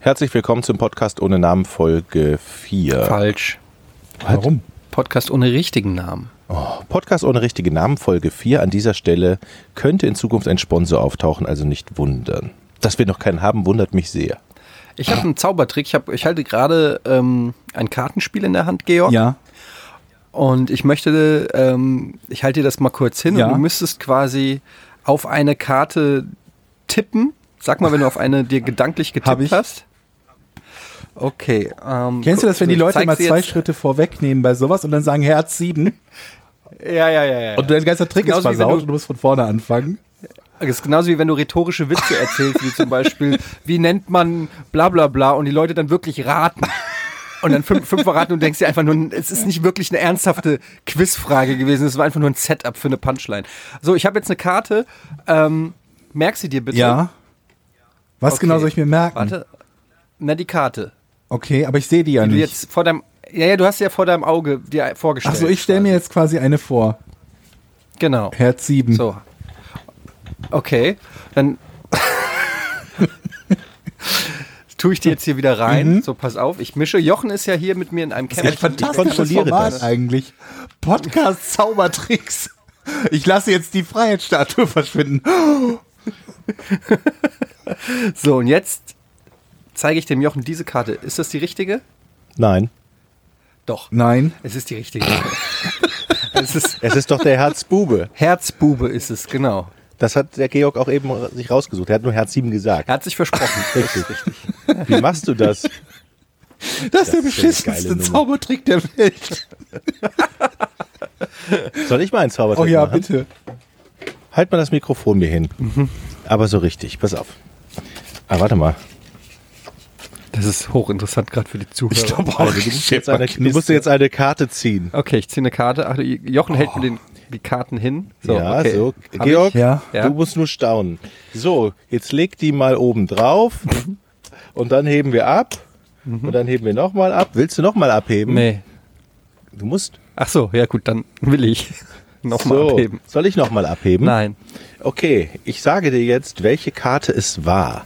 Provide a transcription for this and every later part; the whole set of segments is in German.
Herzlich willkommen zum Podcast ohne Namen Folge Äh. 4. Falsch. Warum? Podcast ohne richtigen Namen. Oh, Podcast ohne richtigen Namen Folge 4. An dieser Stelle könnte in Zukunft ein Sponsor auftauchen, also nicht wundern. Dass wir noch keinen haben, wundert mich sehr. Ich Ah. habe einen Zaubertrick. Ich, hab, ich halte gerade ähm, ein Kartenspiel in der Hand, Georg. Ja, Und ich möchte, ähm, ich halte dir das mal kurz hin Ja. und du müsstest quasi auf eine Karte tippen. Sag mal, wenn du auf eine dir gedanklich Hab getippt ich. hast. Okay. Ähm, Kennst du das, wenn die ich Leute zeig's immer dir zwei jetzt. Schritte vorwegnehmen bei sowas und dann sagen Herz 7 Ja, ja, ja, ja. und dein ganzer Trick Genauso ist wie wenn versaut du- und du musst von vorne anfangen? Das ist genauso wie wenn du rhetorische Witze erzählst, wie zum Beispiel, wie nennt man bla bla bla und die Leute dann wirklich raten. Und dann fünf, fünf raten und denkst dir einfach nur, es ist nicht wirklich eine ernsthafte Quizfrage gewesen, es war einfach nur ein Setup für eine Punchline. So, ich habe jetzt eine Karte, ähm, merkst du dir bitte? Was Okay. genau soll ich mir merken? Warte, na die Karte, Okay, aber ich sehe die ja die du nicht. jetzt vor deinem, ja, ja, du hast sie ja vor deinem Auge dir vorgestellt. Ach so, ich stelle mir jetzt quasi eine vor. Genau. Herz 7. So. Okay, dann tue ich die jetzt hier wieder rein. So, pass auf, ich mische. Jochen Mhm. ist ja hier mit mir in einem ist echt Kämmerchen. fantastisch. Ich kontrolliere das. eigentlich. Podcast Zaubertricks. Ich lasse jetzt die Freiheitsstatue verschwinden. So, und jetzt zeige ich dem Jochen diese Karte. Ist das die richtige? Nein. Doch, Nein. es ist die richtige. es ist Es ist doch der Herzbube. Herzbube ist es, genau. Das hat der Georg auch eben ra- sich rausgesucht. Er hat nur Herz 7 gesagt. Er hat sich versprochen. Richtig. Wie machst du das? Das ist der Das ist eine geile beschissenste Nummer. Zaubertrick der Welt. Soll ich mal einen Zaubertrick Oh ja, machen? bitte. Mhm. Halt mal das Mikrofon mir hin. Aber so richtig, pass auf. Ah, warte mal. Das ist hochinteressant gerade für die Zuhörer. Alter, Also du, musst jetzt eine, du musst jetzt eine Karte ziehen. Okay, ich ziehe eine Karte. Ach, Jochen hält mir den, die Karten hin. ja, okay. so. Hab Georg, ich? Ja. Ja. du musst nur staunen. So, jetzt leg die mal oben drauf Mhm. und dann heben wir ab und dann heben wir nochmal ab. Willst du nochmal abheben? Nee, Du musst. Ach so, ja gut, dann will ich nochmal so. Hm? abheben. Soll ich nochmal abheben? Nein. Okay, ich sage dir jetzt, welche Karte es war.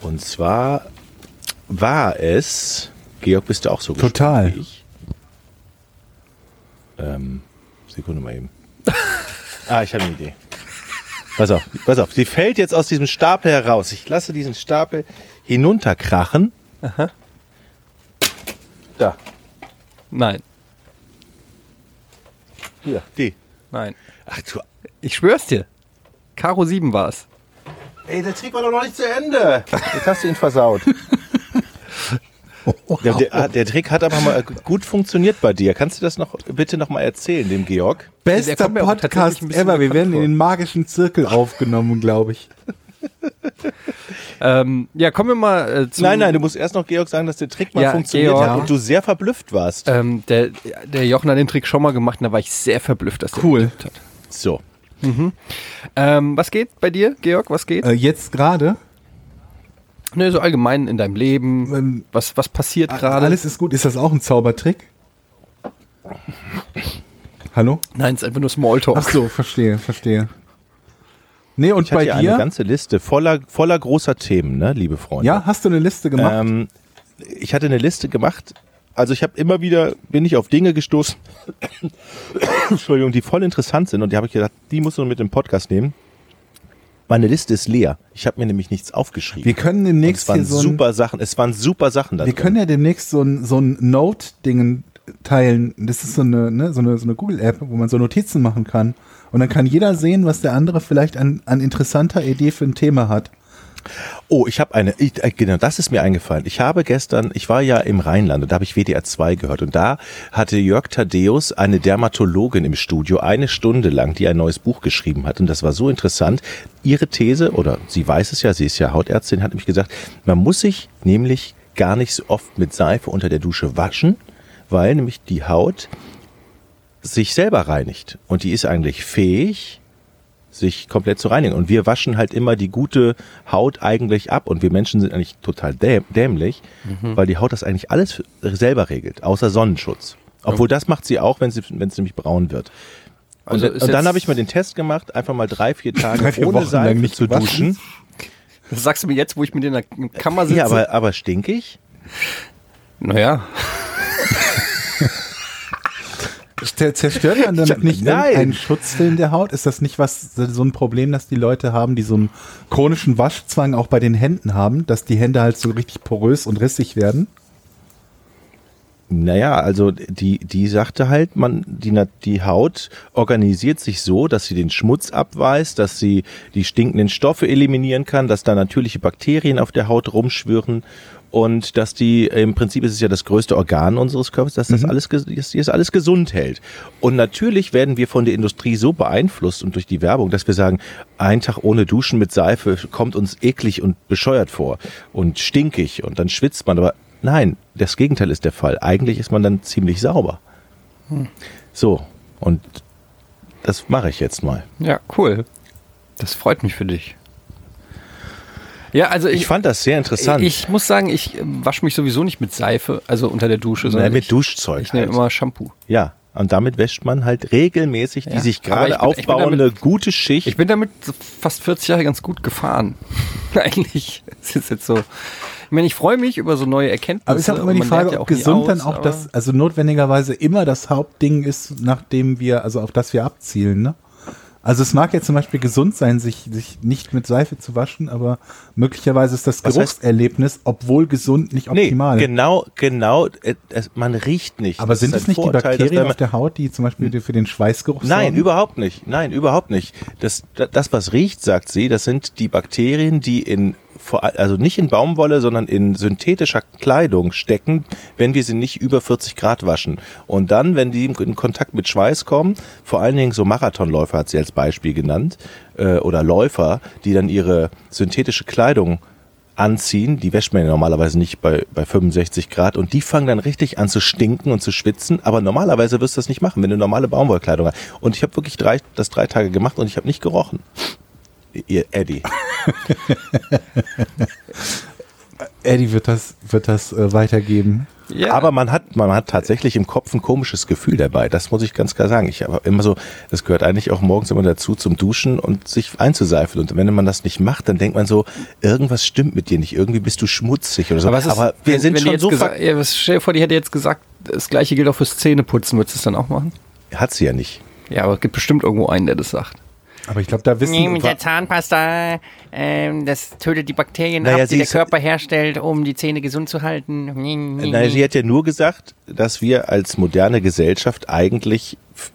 Und zwar war es. Georg, bist du auch so gespannt Total. wie ich? Ähm, Sekunde mal eben. ah, ich habe eine Idee. Pass auf, pass auf. Sie fällt jetzt aus diesem Stapel heraus. Ich lasse diesen Stapel hinunterkrachen. Da, Nein. hier, die. Nein. Ach du. Ich schwör's dir. Karo 7 war's. Ey, der Trick war doch noch nicht zu Ende. Jetzt hast du ihn versaut. Der, der, der Trick hat aber mal gut funktioniert bei dir. Kannst du das noch bitte noch mal erzählen, dem Georg? Also Der Bester kommt mir auch Podcast tatsächlich ein bisschen ever. Wir bekannt werden in vor. den magischen Zirkel aufgenommen, glaube ich. Ähm, ja, kommen wir mal äh, zu. Nein, nein, du musst erst noch Georg sagen, dass der Trick mal Ja, funktioniert Georg. hat und du sehr verblüfft warst. Ähm, der, der Jochen hat den Trick schon mal gemacht und da war ich sehr verblüfft, dass Cool. der getippt hat. So. Ähm, was geht bei dir, Georg? Was geht? Äh, jetzt gerade? Nö, so allgemein in deinem Leben. Ähm, was, was passiert ah, gerade? Alles ist gut. Ist das auch ein Zaubertrick? Hallo? Nein, es ist einfach nur Smalltalk. Ach so, verstehe, verstehe. Nee, und Ich hatte bei ja eine dir? ganze Liste voller, voller großer Themen, ne, liebe Freunde. Ja, hast du eine Liste gemacht? Ähm, ich hatte eine Liste gemacht. Also ich habe immer wieder, bin ich auf Dinge gestoßen, Entschuldigung, die voll interessant sind. Und die habe ich gedacht, die musst du mit dem Podcast nehmen. Meine Liste ist leer. Ich habe mir nämlich nichts aufgeschrieben. wir können Und es demnächst waren hier so ein, super Sachen. Es waren super Sachen da wir drin. können ja demnächst so ein, so ein Note-Ding teilen. Das ist so eine, ne, so eine, so eine Google-App, wo man so Notizen machen kann. Und dann kann jeder sehen, was der andere vielleicht an, an interessanter Idee für ein Thema hat. Oh, ich habe eine, ich, äh, genau, das ist mir eingefallen. Ich habe gestern, ich war ja im Rheinland und da habe ich WDR 2 gehört und da hatte Jörg Thaddeus eine Dermatologin im Studio eine Stunde lang, die ein neues Buch geschrieben hat und das war so interessant. Ihre These, oder sie weiß es ja, sie ist ja Hautärztin, hat nämlich gesagt, man muss sich nämlich gar nicht so oft mit Seife unter der Dusche waschen, weil nämlich die Haut sich selber reinigt und die ist eigentlich fähig, sich komplett zu reinigen. Und wir waschen halt immer die gute Haut eigentlich ab. Und wir Menschen sind eigentlich total däm dämlich, weil die Haut das eigentlich alles selber regelt, außer Sonnenschutz. Obwohl das macht sie auch, wenn sie wenn es nämlich braun wird. Und, Also da- ist und dann jetzt- habe ich mal den Test gemacht, einfach mal drei, vier Tage Drei, vier ohne Wochen lang Seife nicht zu gewaschen. duschen. Das sagst du mir jetzt, wo ich mit in der Kammer sitze. Ja, aber, aber stinkig? naja. Zer- Zerstört man damit nicht Nein. einen Schutzfilm der Haut? Ist das nicht was so ein Problem, dass die Leute haben, die so einen chronischen Waschzwang auch bei den Händen haben, dass die Hände halt so richtig porös und rissig werden? Naja, also die, die sagte halt, man, die, Na- die Haut organisiert sich so, dass sie den Schmutz abweist, dass sie die stinkenden Stoffe eliminieren kann, dass da natürliche Bakterien auf der Haut rumschwirren und dass die, im Prinzip ist es ja das größte Organ unseres Körpers, dass das alles, ges- dass die das alles gesund hält. Und natürlich werden wir von der Industrie so beeinflusst und durch die Werbung, dass wir sagen, ein Tag ohne Duschen mit Seife kommt uns eklig und bescheuert vor und stinkig und dann schwitzt man, aber Nein, das Gegenteil ist der Fall. Eigentlich ist man dann ziemlich sauber. Hm. So, und das mache ich jetzt mal. Ja, cool. Das freut mich für dich. Ja, also ich, Ich fand das sehr interessant. ich muss sagen, ich ähm, wasche mich sowieso nicht mit Seife, also unter der Dusche, Na, sondern mit ich, Duschzeug. ich nehme halt. immer Shampoo. Ja, und damit wäscht man halt regelmäßig die Ja, sich aber ich gerade bin- ich bin aufbauende damit- gute Schicht. Ich bin damit so fast 40 Jahre ganz gut gefahren. Eigentlich ist es jetzt so. Ich meine, ich freue mich über so neue Erkenntnisse. Aber ist Also, auch immer und die man Frage, lernt ja ob nie gesund aus, dann auch aber- das, also notwendigerweise immer das Hauptding ist, nachdem wir, also auf das wir abzielen, ne? Also es mag ja zum Beispiel gesund sein, sich, sich nicht mit Seife zu waschen, aber möglicherweise ist das Was heißt- Geruchserlebnis, obwohl gesund, nicht nee, optimal. genau, genau, äh, es, man riecht nicht. aber Das sind ist es ein nicht Vorteil, dass die Bakterien wenn man- Hm. auf der Haut, die zum Beispiel die für den Schweißgeruch Nein, sorgen? überhaupt nicht. Nein, überhaupt nicht. Das, das, was riecht, sagt sie, das sind die Bakterien, die in, vor all- also nicht in Baumwolle, sondern in synthetischer Kleidung stecken, wenn wir sie nicht über 40 Grad waschen. Und dann, wenn die in Kontakt mit Schweiß kommen, vor allen Dingen so Marathonläufer hat sie als Beispiel genannt, äh, oder Läufer, die dann ihre synthetische Kleidung anziehen, die wäscht man ja normalerweise nicht bei, bei 65 Grad und die fangen dann richtig an zu stinken und zu schwitzen, aber normalerweise wirst du das nicht machen, wenn du normale Baumwollkleidung hast. Und ich habe wirklich drei, das drei Tage gemacht und ich habe nicht gerochen. Ihr Eddie. Eddie wird das, wird das äh, weitergeben. Ja, Aber man hat, man hat tatsächlich im Kopf ein komisches Gefühl dabei. Das muss ich ganz klar sagen. Ich habe immer so, das gehört eigentlich auch morgens immer dazu zum Duschen und sich einzuseifen. Und wenn man das nicht macht, dann denkt man so, irgendwas stimmt mit dir nicht. Irgendwie bist du schmutzig oder so. was ist, wir wenn- sind wenn die schon jetzt so gesagt, ja, was, Stell dir vor, die hätte jetzt gesagt, das gleiche gilt auch fürs Zähneputzen. Würdest du es dann auch machen? ver- Hat sie ja nicht. Ja, aber es gibt bestimmt irgendwo einen, der das sagt. Aber ich glaube, da wissen Nee, mit der Zahnpasta, ähm, das tötet die Bakterien Naja, ab, sie die der ist- Körper herstellt, um die Zähne gesund zu halten. Nee, Nein, nee, nee. sie hat ja nur gesagt, dass wir als moderne Gesellschaft eigentlich f-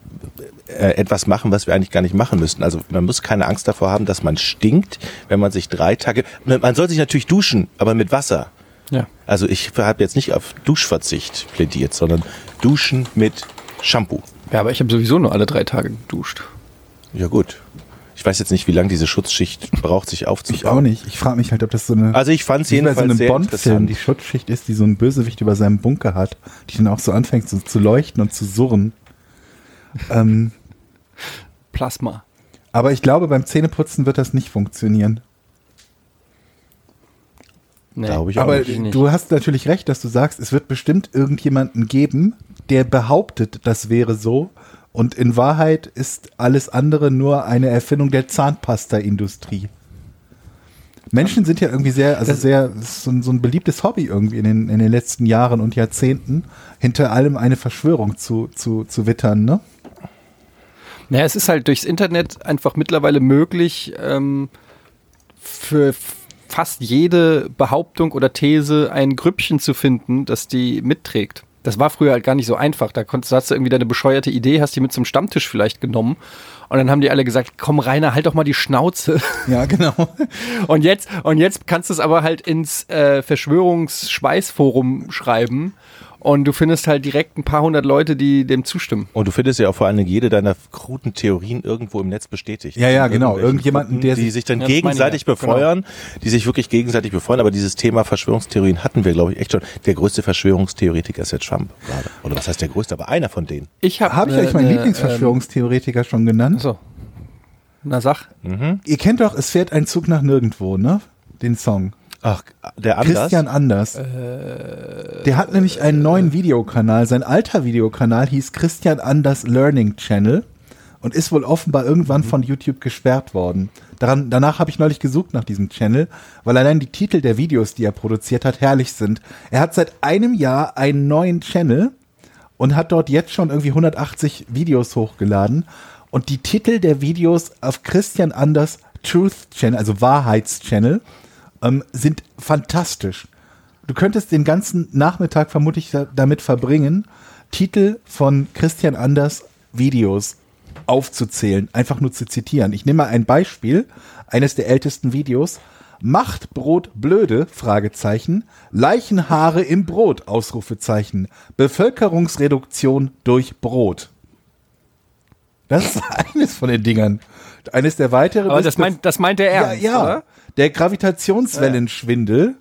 äh, etwas machen, was wir eigentlich gar nicht machen müssten. Also man muss keine Angst davor haben, dass man stinkt, wenn man sich drei Tage. Man soll sich natürlich duschen, aber mit Wasser. Ja. Also ich habe jetzt nicht auf Duschverzicht plädiert, sondern Duschen mit Shampoo. Ja, aber ich habe sowieso nur alle drei Tage geduscht. Ja gut. Ich weiß jetzt nicht, wie lange diese Schutzschicht braucht, sich aufzubauen. Ich auch nicht. Ich frage mich halt, ob das so eine. Also ich fand es wie bei so jedenfalls einem sehr Bond-Film interessant. die Schutzschicht ist, die so ein Bösewicht über seinem Bunker hat, die dann auch so anfängt so, zu leuchten und zu surren. ähm, Plasma. aber ich glaube, beim Zähneputzen wird das nicht funktionieren. Nee. Glaube ich auch aber nicht. nicht. du hast natürlich recht, dass du sagst, es wird bestimmt irgendjemanden geben, der behauptet, das wäre so. Und in Wahrheit ist alles andere nur eine Erfindung der Zahnpasta-Industrie. Menschen sind ja irgendwie sehr, also sehr, es ist so ein, so ein beliebtes Hobby irgendwie in den, in den letzten Jahren und Jahrzehnten, hinter allem eine Verschwörung zu, zu, zu wittern, ne? Naja, es ist halt durchs Internet einfach mittlerweile möglich, ähm, für f- fast jede Behauptung oder These ein Grüppchen zu finden, das die mitträgt. Das war früher halt gar nicht so einfach. Da konntest, hast du irgendwie deine bescheuerte Idee, hast die mit zum Stammtisch vielleicht genommen. Und dann haben die alle gesagt, komm Rainer, halt doch mal die Schnauze. Ja, genau. Und jetzt, und jetzt kannst du es aber halt ins äh, Verschwörungsschweißforum schreiben. Und du findest halt direkt ein paar hundert Leute, die dem zustimmen. Und du findest ja auch vor allen Dingen jede deiner kruden Theorien irgendwo im Netz bestätigt. Ja, ja, Von genau. irgendwelchen Irgendjemanden, Gruppen, der die sich- sich dann Ja, das meine ich gegenseitig ja. Genau. befeuern, die sich wirklich gegenseitig befeuern. Aber dieses Thema Verschwörungstheorien hatten wir, glaube ich, echt schon. Der größte Verschwörungstheoretiker ist ja Trump gerade. Oder was heißt der größte? Aber einer von denen. Ich habe Habe ich ne, euch meinen Lieblingsverschwörungstheoretiker schon genannt? äh, ähm, So. Na sag. Ihr kennt doch, es fährt ein Zug nach nirgendwo, ne? Den Song. Ach, der Anders. Christian Anders. Äh, der hat nämlich einen neuen Videokanal. Sein alter Videokanal hieß Christian Anders Learning Channel. und ist wohl offenbar irgendwann von YouTube gesperrt worden. Daran, danach habe ich neulich gesucht nach diesem Channel, weil allein die Titel der Videos, die er produziert hat, herrlich sind. Er hat seit einem Jahr einen neuen Channel und hat dort jetzt schon irgendwie 180 Videos hochgeladen. Und die Titel der Videos auf Christian Anders Truth Channel, also Wahrheitschannel, ähm, sind fantastisch. Du könntest den ganzen Nachmittag vermutlich da- damit verbringen, Titel von Christian Anders Videos aufzuzählen, einfach nur zu zitieren. Ich nehme mal ein Beispiel eines der ältesten Videos. Macht Brot blöde? Fragezeichen. Leichenhaare im Brot? Ausrufezeichen. Bevölkerungsreduktion durch Brot. Das ist eines von den Dingern. Eines der weiteren. Aber das meint, das meint er Ja, ernst, ja. oder? Der Gravitationswellenschwindel.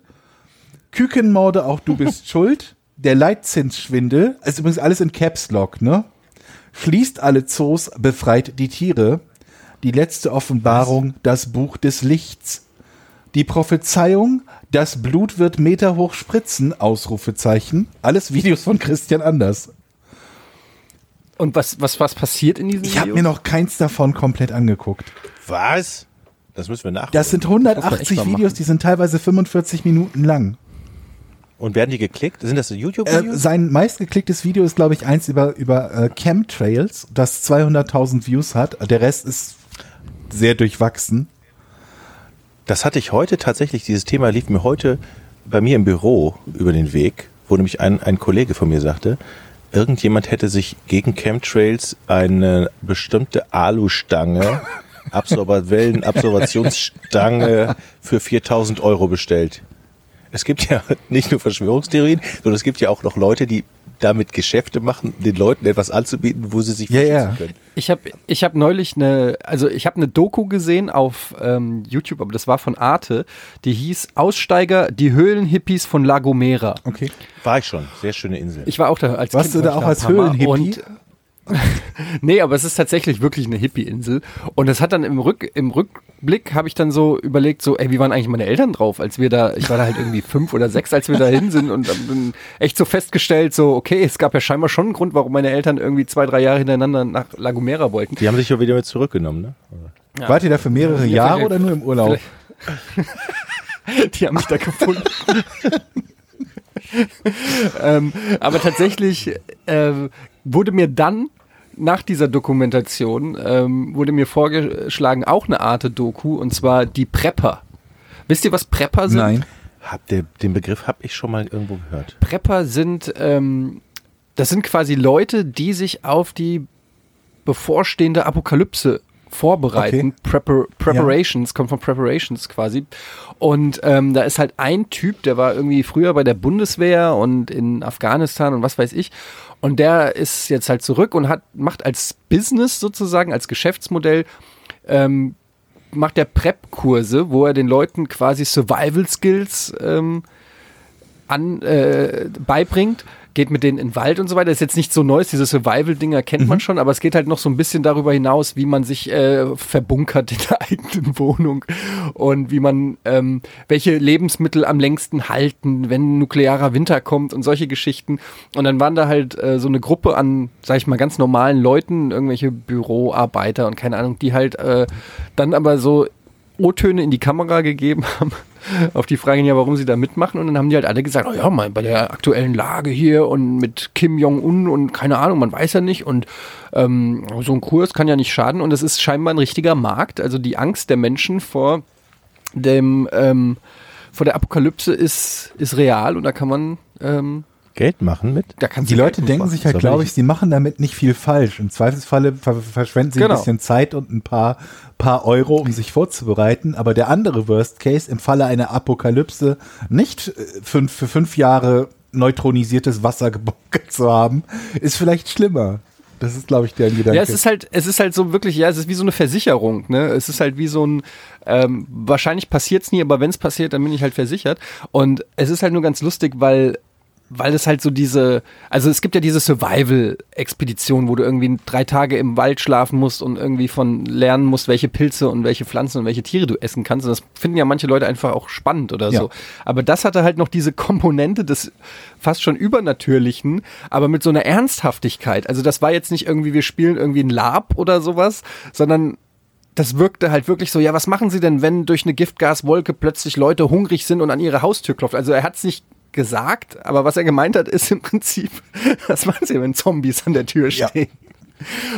Kükenmorde, auch du bist schuld. Der Leitzinsschwindel. Ist übrigens alles in Caps Lock, ne? Schließt alle Zoos, befreit die Tiere. Die letzte Offenbarung, das Buch des Lichts. Die Prophezeiung, das Blut wird meterhoch spritzen, Ausrufezeichen. Alles Videos von Christian Anders. Und was, was, was passiert in diesem Ich habe Video? mir noch keins davon komplett angeguckt. Was? Das müssen wir nachholen. Das sind Das muss man 180 echt mal Videos, die sind teilweise 45 Minuten lang. Und werden die geklickt? Sind das Äh, YouTube-Videos? sein meistgeklicktes Video ist, glaube ich, eins über, über äh, Chemtrails, das 200.000 Views hat. Der Rest ist sehr durchwachsen. Das hatte ich heute tatsächlich, dieses Thema lief mir heute bei mir im Büro über den Weg, wo nämlich ein, ein Kollege von mir sagte, irgendjemand hätte sich gegen Chemtrails eine bestimmte Alustange, Absorber Wellenabsorptionsstange für 4000 Euro bestellt. Es gibt ja nicht nur Verschwörungstheorien, sondern es gibt ja auch noch Leute, die damit Geschäfte machen, den Leuten etwas anzubieten, wo sie sich Ja, ja. können. Ich habe ich hab neulich eine, also ich habe eine Doku gesehen auf ähm, YouTube, aber das war von Arte, die hieß Aussteiger, die Höhlenhippies von La Gomera. Okay. War ich schon. Sehr schöne Insel. Ich war auch da als Warst Kind du war da ich auch als ein paar Mal. Höhlenhippie? Und- nee, aber es ist tatsächlich wirklich eine Hippie-Insel. Und das hat dann im, Rück, im Rückblick habe ich dann so überlegt, so, ey, wie waren eigentlich meine Eltern drauf, als wir da, ich war da halt irgendwie fünf oder sechs, als wir da hin sind und hab dann echt so festgestellt, so, okay, es gab ja scheinbar schon einen Grund, warum meine Eltern irgendwie zwei, drei Jahre hintereinander nach La Gomera wollten. Die haben sich ja wieder mit zurückgenommen, ne? Wart ihr da für mehrere Ja, Jahre vielleicht- oder nur im Urlaub? Die haben mich da gefunden. ähm, aber tatsächlich ähm, wurde mir dann nach dieser Dokumentation ähm, wurde mir vorgeschlagen auch eine Art Doku und zwar die Prepper. Wisst ihr, was Prepper sind? Hab der, den Begriff habe ich schon mal irgendwo gehört. Prepper sind, ähm, das sind quasi Leute, die sich auf die bevorstehende Apokalypse vorbereiten. Prepar Preparations, kommt von Preparations quasi. Und ähm, da ist halt ein Typ, der war irgendwie früher bei der Bundeswehr und in Afghanistan und was weiß ich. Und der ist jetzt halt zurück und hat, macht als Business sozusagen, als Geschäftsmodell ähm, macht er Prep-Kurse, wo er den Leuten quasi Survival-Skills ähm, an, äh, beibringt, geht mit denen in den Wald und so weiter. Ist jetzt nicht so Neues, diese Survival-Dinger kennt man schon, aber es geht halt noch so ein bisschen darüber hinaus, wie man sich äh, verbunkert in der eigenen Wohnung und wie man, ähm, welche Lebensmittel am längsten halten, wenn ein nuklearer Winter kommt und solche Geschichten. Und dann waren da halt äh, so eine Gruppe an, sag ich mal, ganz normalen Leuten, irgendwelche Büroarbeiter und keine Ahnung, die halt äh, dann aber so O-Töne in die Kamera gegeben haben, auf die Frage, ja, warum sie da mitmachen. Und dann haben die halt alle gesagt, oh ja, mal bei der aktuellen Lage hier und mit Kim Jong-un und keine Ahnung, man weiß ja nicht. Und ähm, so ein Kurs kann ja nicht schaden. Und es ist scheinbar ein richtiger Markt. Also die Angst der Menschen vor dem, ähm, vor der Apokalypse ist, ist real und da kann man, ähm, Geld machen mit? da kann Die Leute denken sich halt, soll glaube ich- ich, sie machen damit nicht viel falsch. Im Zweifelsfalle ver verschwenden sie Genau. ein bisschen Zeit und ein paar, paar Euro, um sich vorzubereiten. Aber der andere Worst Case im Falle einer Apokalypse nicht äh, fünf, für fünf Jahre neutronisiertes Wasser gebunkert zu haben, ist vielleicht schlimmer. Das ist, glaube ich, deren Gedanke. Ja, es ist halt, es ist halt so wirklich, ja, es ist wie so eine Versicherung, ne? Es ist halt wie so ein, ähm, wahrscheinlich passiert's nie, aber wenn's passiert, dann bin ich halt versichert. Und es ist halt nur ganz lustig, weil weil das halt so diese, also es gibt ja diese Survival-Expedition, wo du irgendwie drei Tage im Wald schlafen musst und irgendwie von lernen musst, welche Pilze und welche Pflanzen und welche Tiere du essen kannst. Und das finden ja manche Leute einfach auch spannend oder Ja. so. Aber das hatte halt noch diese Komponente des fast schon Übernatürlichen, aber mit so einer Ernsthaftigkeit. Also das war jetzt nicht irgendwie, wir spielen irgendwie ein Lab oder sowas, sondern das wirkte halt wirklich so, ja, was machen sie denn, wenn durch eine Giftgaswolke plötzlich Leute hungrig sind und an ihre Haustür klopft? Also er hat es nicht gesagt, aber was er gemeint hat, ist im Prinzip, was machen sie, wenn Zombies an der Tür Ja. stehen?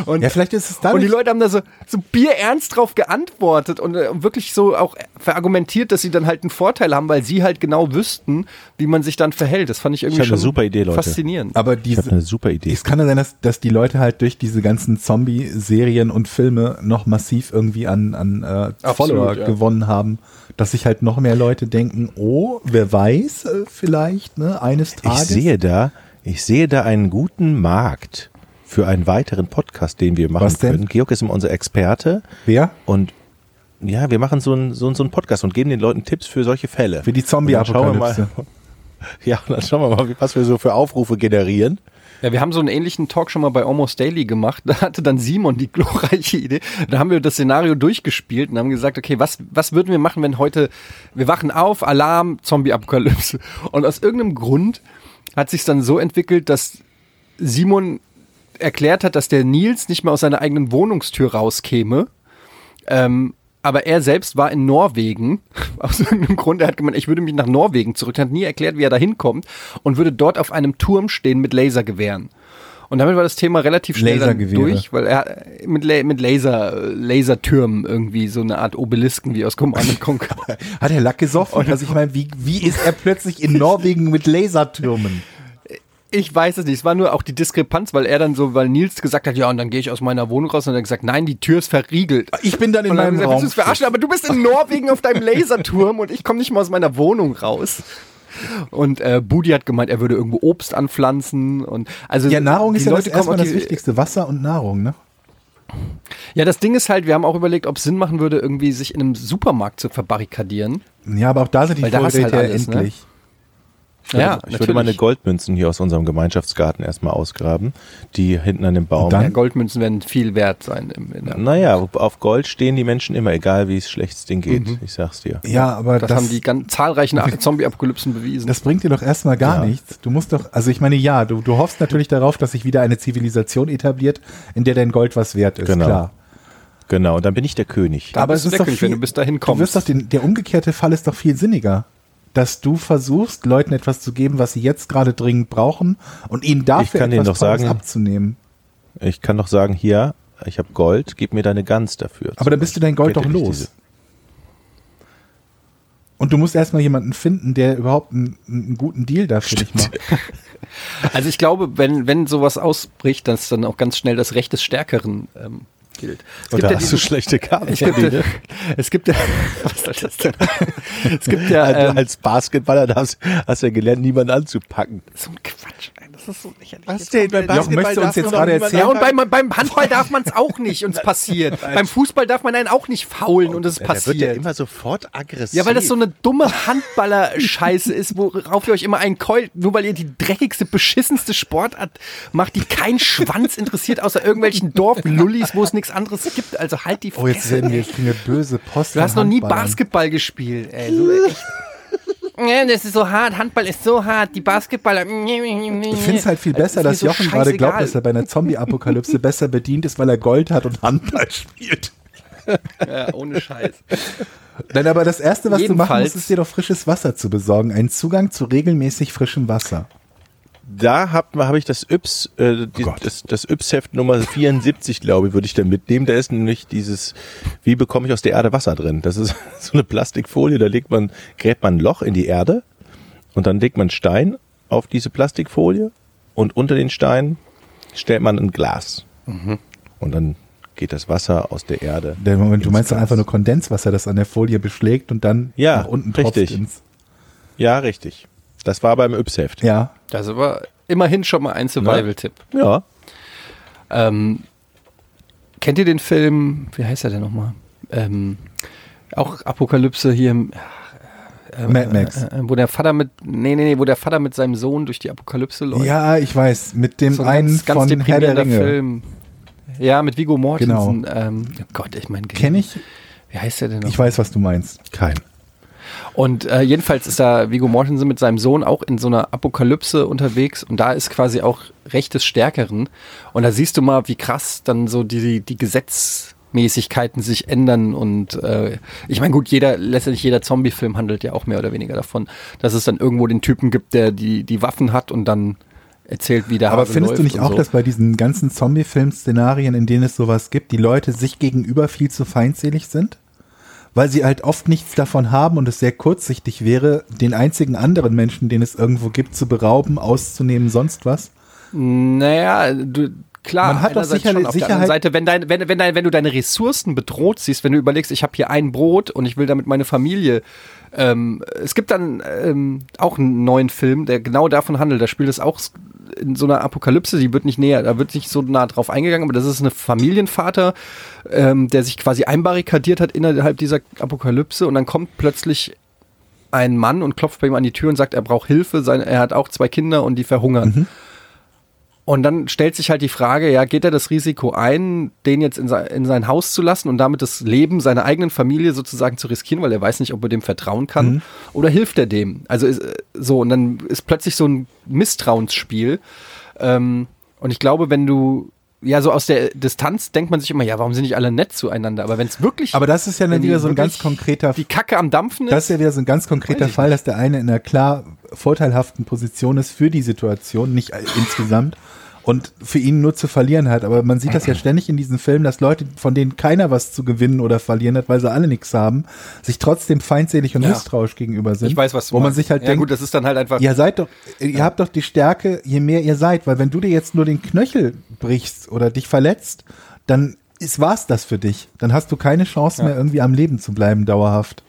Und, Ja, vielleicht ist es dadurch- Und die Leute haben da so, so bierernst drauf geantwortet und äh, wirklich so auch verargumentiert, dass sie dann halt einen Vorteil haben, weil sie halt genau wüssten, wie man sich dann verhält. Das fand ich irgendwie hab eine schon super Idee, Leute. faszinierend. Aber Ich habe diese, eine super Idee. Es kann ja sein, dass, dass die Leute halt durch diese ganzen Zombie-Serien und Filme noch massiv irgendwie an, an äh, Absolut, Follower ja. gewonnen haben, dass sich halt noch mehr Leute denken, oh, wer weiß, äh, vielleicht, ne, eines Ich Tages. sehe da, ich sehe da einen guten Markt für einen weiteren Podcast, den wir machen Was denn? können. Georg ist immer unser Experte Wer? und ja, wir machen so einen so einen- so einen Podcast und geben den Leuten Tipps für solche Fälle. Für die Zombie-Apokalypse. Und dann schauen wir mal- Ja, und dann schauen wir mal, wie- was wir so für Aufrufe generieren. Ja, wir haben so einen ähnlichen Talk schon mal bei Almost Daily gemacht. Da hatte dann Simon die glorreiche Idee. Da haben wir das Szenario durchgespielt und haben gesagt, okay, was, was würden wir machen, wenn heute, wir wachen auf, Alarm, Zombie-Apokalypse. Und aus irgendeinem Grund hat sich dann so entwickelt, dass Simon erklärt hat, dass der Nils nicht mehr aus seiner eigenen Wohnungstür rauskäme. Ähm, aber er selbst war in Norwegen. Aus irgendeinem Grund, er hat gemeint, ich würde mich nach Norwegen zurück. Er hat nie erklärt, wie er da hinkommt und würde dort auf einem Turm stehen mit Lasergewehren. Und damit war das Thema relativ schnell dann Lasergewehre. durch, weil er mit, La mit Laser, Lasertürmen irgendwie so eine Art Obelisken wie aus Command and Conquer. Hat er Lack gesoffen? Also ich meine, wie, wie ist er plötzlich in Norwegen mit Lasertürmen? Ich weiß es nicht. Es war nur auch die Diskrepanz, weil er dann so, weil Nils gesagt hat, ja, und dann gehe ich aus meiner Wohnung raus und dann gesagt, nein, die Tür ist verriegelt. Ich bin dann in Und dann haben meinem wir gesagt, Raum. Willst du uns verarschen? Aber du bist in Norwegen auf deinem Laserturm und ich komme nicht mal aus meiner Wohnung raus. Und äh, Budi hat gemeint, er würde irgendwo Obst anpflanzen und also Ja, Nahrung ist die ja das Leute kommen erstmal auf das die- Wichtigste. Wasser und Nahrung, ne? Ja, das Ding ist halt, wir haben auch überlegt, ob es Sinn machen würde, irgendwie sich in einem Supermarkt zu verbarrikadieren. Ja, aber auch da sind die Weil da hast Vorräte du halt alles, ne? endlich. Ja, ich würde meine Goldmünzen hier aus unserem Gemeinschaftsgarten erstmal ausgraben, die hinten an dem Baum. Und dann- ja, Goldmünzen werden viel wert sein. Im, in der Naja, auf Gold stehen die Menschen immer, egal wie es schlecht es denen geht. Mhm. Ich sag's dir. Ja, aber das, haben die ganz zahlreichen Zombie-Apokalypsen bewiesen. Das bringt dir doch erstmal gar Ja. nichts. Du musst doch, also ich meine, ja, du, du hoffst natürlich darauf, dass sich wieder eine Zivilisation etabliert, in der dein Gold was wert ist. Genau. Klar. Genau, und dann bin ich der König. Da bist du der König, wenn du bis dahin kommst. Du wirst doch den, der umgekehrte Fall ist doch viel sinniger. Dass du versuchst, Leuten etwas zu geben, was sie jetzt gerade dringend brauchen und ihnen dafür kann etwas denen doch Teures sagen- abzunehmen. Ich kann doch sagen, hier, ich habe Gold, gib mir deine Gans dafür. Aber dann bist du dein Gold Kennt doch ihr nicht los. diese- Und du musst erstmal jemanden finden, der überhaupt einen, einen guten Deal dafür nicht macht. Also ich glaube, wenn, wenn sowas ausbricht, dass dann auch ganz schnell das Recht des Stärkeren ähm, gilt. Es Und da ja hast du diesen- schlechte Karten. ne? es gibt, ja- es gibt ja, was soll das denn? Es gibt ja, Als- ähm, als Basketballer darfst, hast du ja gelernt, niemanden anzupacken. so ein Quatsch, ey, das ist so lächerlich. Was denn? Beim Jochen, möchtest du uns jetzt gerade erzählen? Ja, und beim, beim Handball darf man es auch nicht, und es passiert. Beim Fußball darf man einen auch nicht faulen, und es Da wird ja passiert. immer sofort aggressiv. Ja, weil das so eine dumme Handballer-Scheiße ist, worauf ihr euch immer einkeult, nur weil ihr die dreckigste, beschissenste Sportart macht, die kein Schwanz interessiert, außer irgendwelchen Dorflullis, wo es nichts anderes gibt. Also halt die Fresse. Oh, jetzt werden wir jetzt eine böse Post. du hast noch nie Handballern. Basketball gespielt. Ey, so, echt. Ja, das ist so hart. Handball ist so hart. Die Basketballer. Ich finde es halt viel besser, ist mir dass so Jochen gerade glaubt, scheißegal. dass er bei einer Zombie-Apokalypse besser bedient ist, weil er Gold hat und Handball spielt. ja, ohne Scheiß. Nein, aber das Erste, was du machen Jedenfalls- musst, ist dir doch frisches Wasser zu besorgen. Einen Zugang zu regelmäßig frischem Wasser. da habe hab ich das Yps, äh, die, Gott. das, das Yps-Heft Nummer 74, glaube ich, würde ich dann mitnehmen. Da ist nämlich dieses, wie bekomme ich aus der Erde Wasser drin? Das ist so eine Plastikfolie, da legt man, gräbt man ein Loch in die Erde und dann legt man Stein auf diese Plastikfolie und unter den Stein stellt man ein Glas. Und dann geht das Wasser aus Mhm. der Erde. Denn Moment, du ins meinst doch Glas. einfach nur Kondenswasser, das an der Folie beschlägt und dann Ja, nach unten tropft richtig. ins. Ja, richtig. Das war beim Yps-Heft. Ja. Das war immerhin schon mal ein Survival-Tipp. ja. Ähm, kennt ihr den Film, wie heißt er denn nochmal? Ähm, auch Apokalypse hier im, äh, Mad Max. Äh, äh, wo der Vater mit, nee, nee, nee, wo der Vater mit seinem Sohn durch die Apokalypse läuft. Ja, ich weiß, mit dem so ein einen ganz, ganz von Herr der deprimierender Ringe. Genau. Film. Ja, mit Vigo Mortensen. Ähm, oh Gott, ich meine, Kenn ich? Wie heißt der denn noch? Ich weiß, was du meinst. Kein. Und äh, jedenfalls ist da Vigo Mortensen mit seinem Sohn auch in so einer Apokalypse unterwegs und da ist quasi auch Recht des Stärkeren. Und da siehst du mal, wie krass dann so die, die Gesetzmäßigkeiten sich ändern und äh, ich meine, gut, jeder, letztendlich jeder Zombie-Film handelt ja auch mehr oder weniger davon, dass es dann irgendwo den Typen gibt, der die, die Waffen hat und dann erzählt, wie der Aber Hase findest du halt läuft nicht und auch, so. dass bei diesen ganzen Zombie-Film-Szenarien, in denen es sowas gibt, die Leute sich gegenüber viel zu feindselig sind? Weil sie halt oft nichts davon haben und es sehr kurzsichtig wäre, den einzigen anderen Menschen, den es irgendwo gibt, zu berauben, auszunehmen, sonst was? Naja, du, klar, Man hat doch einerseits sicherlich- schon auf der anderen Sicherheit- Seite, wenn, dein, wenn, wenn, dein, wenn du deine Ressourcen bedroht siehst, wenn du überlegst, ich habe hier ein Brot und ich will damit meine Familie. Ähm, es gibt dann ähm, auch einen neuen Film, der genau davon handelt. Da spielt es auch in so einer Apokalypse, die wird nicht näher, da wird nicht so nah drauf eingegangen, aber das ist eine Familienvater, ähm, der sich quasi einbarrikadiert hat innerhalb dieser Apokalypse und dann kommt plötzlich ein Mann und klopft bei ihm an die Tür und sagt, er braucht Hilfe, sein, er hat auch zwei Kinder und die verhungern. Mhm. Und dann stellt sich halt die Frage, ja, geht er das Risiko ein, den jetzt in, sein- in sein Haus zu lassen und damit das Leben seiner eigenen Familie sozusagen zu riskieren, weil er weiß nicht, ob er dem vertrauen kann, Mhm. oder hilft er dem? Also ist, äh, so, und dann ist plötzlich so ein Misstrauensspiel. Ähm, und ich glaube, wenn du, ja, so aus der Distanz denkt man sich immer, ja, warum sind nicht alle nett zueinander? Aber wenn es wirklich, Aber das ist ja dann wenn die wieder so ein ganz wirklich konkreter die Kacke am Dampfen ist, Das ist ja wieder so ein ganz konkreter Weiß ich Fall, dass der eine in einer klar vorteilhaften Position ist für die Situation, nicht all- insgesamt. Und für ihn nur zu verlieren hat. Aber man sieht das ja ständig in diesen Filmen, dass Leute, von denen keiner was zu gewinnen oder verlieren hat, weil sie alle nichts haben, sich trotzdem feindselig und Ja. misstrauisch gegenüber sind. ich weiß, was du Wo man meinst. sich halt ja, denkt, gut, das ist dann halt einfach, Ihr seid doch, ihr habt doch die Stärke, je mehr ihr seid, weil wenn du dir jetzt nur den Knöchel brichst oder dich verletzt, dann ist war's das für dich. Dann hast du keine Chance mehr, irgendwie am Leben zu bleiben, dauerhaft.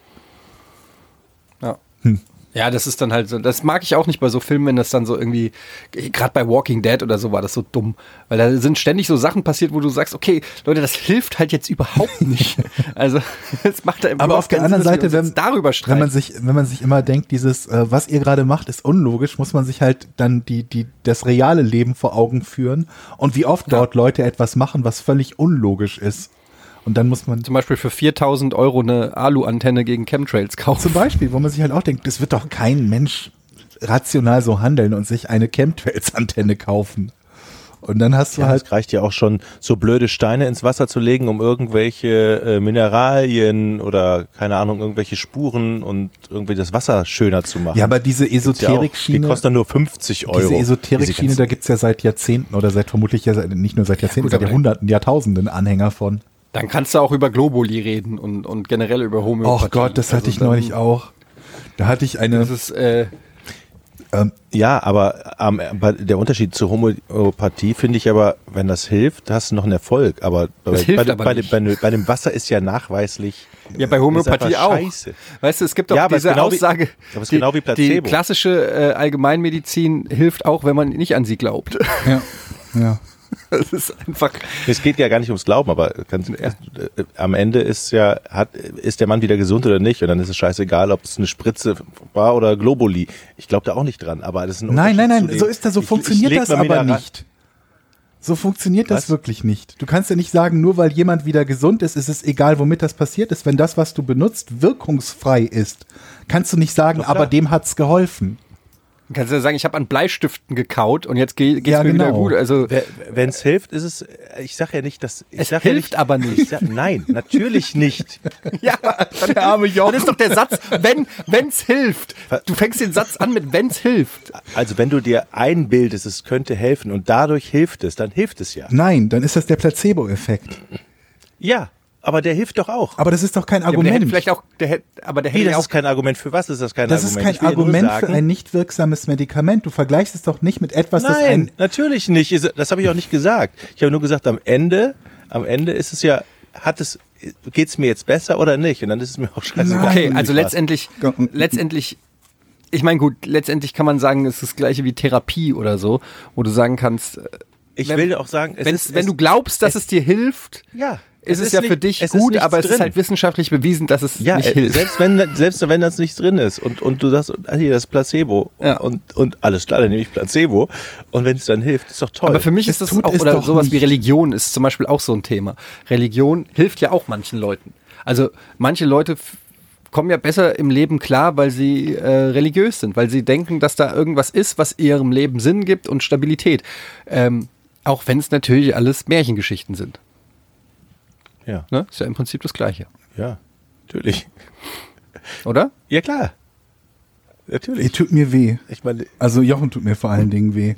Ja. Hm. Ja, das ist dann halt so. Das mag ich auch nicht bei so Filmen, wenn das dann so irgendwie, gerade bei Walking Dead oder so war das so dumm. Weil da sind ständig so Sachen passiert, wo du sagst, okay, Leute, das hilft halt jetzt überhaupt nicht. also, es macht da Aber auf der anderen Seite, wenn, darüber wenn streiten. man sich, wenn man sich immer denkt, dieses, äh, was ihr gerade macht, ist unlogisch, muss man sich halt dann die, die, das reale Leben vor Augen führen und wie oft dort Leute etwas machen, was völlig unlogisch ist. Und dann muss man Zum Beispiel für 4000 Euro eine Alu-Antenne gegen Chemtrails kaufen. zum Beispiel, wo man sich halt auch denkt, das wird doch kein Mensch rational so handeln und sich eine Chemtrails-Antenne kaufen. Und dann hast du Ja, halt, es reicht ja auch schon, so blöde Steine ins Wasser zu legen, um irgendwelche äh, Mineralien oder keine Ahnung, irgendwelche Spuren und irgendwie das Wasser schöner zu machen. ja, aber diese Gibt's ja auch- Die Esoterik-Schiene, kostet dann nur 50 Euro. diese Diese Esoterik-Schiene, ganzen- da gibt's ja seit Jahrzehnten oder seit vermutlich ja, seit- nicht nur seit Jahrzehnten, gut, seit aber- Jahrhunderten, Jahrtausenden Anhänger von. Dann kannst du auch über Globuli reden und, und generell über Homöopathie. Och Gott, das hatte Also ich dann- neulich auch. Da hatte ich eine. Das ist, äh, Ja, aber am- aber der Unterschied zur Homöopathie finde ich aber, wenn das hilft, hast du noch einen Erfolg. Aber, bei, hilft bei, aber bei, nicht. Bei, bei, bei dem Wasser ist ja nachweislich. Ja, bei ist Homöopathie einfach auch. Scheiße. Weißt du, es gibt auch Ja, aber es diese ist genau wie- Aussage, aber es ist genau wie die Placebo. klassische äh, Allgemeinmedizin hilft auch, wenn man nicht an sie glaubt. ja, ja. Das ist einfach, Es geht ja gar nicht ums Glauben, aber ganz, äh, am Ende ist ja, hat, ist der Mann wieder gesund oder nicht und dann ist es scheißegal, ob es eine Spritze war oder Globuli. Ich glaube da auch nicht dran, aber das ist ein Nein, Unterschied nein, nein, zu dem- so ist das, so ich- ich funktioniert leg das mal aber Mineral- nicht. So funktioniert das Was? wirklich nicht. Du kannst ja nicht sagen, nur weil jemand wieder gesund ist, ist es egal, womit das passiert ist. Wenn das, was du benutzt, wirkungsfrei ist, kannst du nicht sagen, Doch, aber klar. dem hat's geholfen. kannst du ja sagen, ich habe an Bleistiften gekaut und jetzt geht geht's Ja, mir wieder genau. gut. Also Wenn es hilft, ist es, äh, ich sag ja nicht, dass, ich Es sag hilft ja nicht, aber nicht. Ich Sag, nein, natürlich nicht. ja, dann, der arme Jochen. Dann ist doch der Satz, wenn wenn's hilft. Du fängst den Satz an mit wenn's hilft. Also wenn du dir einbildest, es könnte helfen und dadurch hilft es, dann hilft es ja. Nein, dann ist das der Placebo-Effekt. Ja, aber der hilft doch auch. Aber das ist doch kein Ja, aber der hätte Argument. vielleicht auch, der hätte, aber der Wie, hätte ja das auch ist kein Argument. Für was ist das kein das ist Argument? kein Ich will nur Argument für sagen- ein nicht wirksames Medikament. Du vergleichst es doch nicht mit etwas, das ein Nein, natürlich nicht. Ist- Das habe ich auch nicht gesagt. Ich habe nur gesagt, am Ende, am Ende ist es ja, hat es, geht's mir jetzt besser oder nicht? Und dann ist es mir auch scheißegal. Nein. Okay, also Ich weiß. letztendlich, Ja. letztendlich, ich meine, gut, letztendlich kann man sagen, es ist das gleiche wie Therapie oder so, wo du sagen kannst, Ich wenn- will auch sagen, es wenn, ist, wenn es, du glaubst, dass es, dir hilft, ja, ist es, ist ja nicht- für dich es ist gut, nichts aber es drin. ist halt wissenschaftlich bewiesen, dass es Ja, nicht äh, hilft. selbst wenn, selbst wenn das nicht drin ist und, und du sagst, ah, hier, das ist Placebo Ja. und, und alles klar, dann nehme ich Placebo und wenn es dann hilft, ist doch toll. Aber für mich ist Es das tut auch, es oder doch sowas wie nicht. Religion ist zum Beispiel auch so ein Thema. Religion hilft ja auch manchen Leuten. Also manche Leute f- kommen ja besser im Leben klar, weil sie äh, religiös sind, weil sie denken, dass da irgendwas ist, was ihrem Leben Sinn gibt und Stabilität. Ähm, auch wenn es natürlich alles Märchengeschichten sind. ja, Ne? Ist ja im Prinzip das Gleiche, ja, natürlich. oder? Ja, klar. Ihr Natürlich. tut mir weh. Ich meine, Also Jochen tut mir vor allen Dingen weh.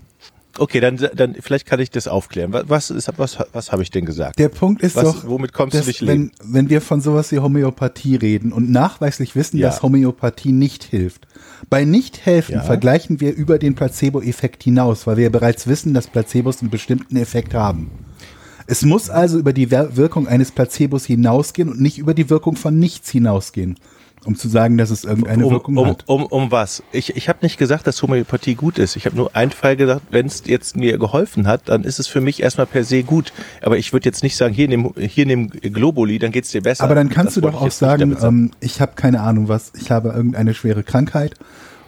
okay, dann, dann vielleicht kann ich das aufklären. Was, was, ist- was, was habe ich denn gesagt? Der Punkt ist Was- doch, womit kommst du dass, nicht wenn, leben? wenn wir von sowas wie Homöopathie reden und nachweislich wissen, Ja. dass Homöopathie nicht hilft. Bei Nichthelfen Ja. vergleichen wir über den Placebo-Effekt hinaus, weil wir ja bereits wissen, dass Placebos einen bestimmten Effekt haben. Es muss also über die Wer- Wirkung eines Placebos hinausgehen und nicht über die Wirkung von nichts hinausgehen, um zu sagen, dass es irgendeine um, Wirkung um, hat. Um, um was? Ich, ich habe nicht gesagt, dass Homöopathie gut ist. Ich habe nur einen Fall gesagt, wenn es jetzt mir geholfen hat, dann ist es für mich erstmal per se gut. Aber ich würde jetzt nicht sagen, hier nimm, hier nimm Globuli, dann geht's dir besser. Aber dann Das kannst du wollte doch ich auch jetzt nicht sagen, damit ähm, ich habe keine Ahnung was, ich habe irgendeine schwere Krankheit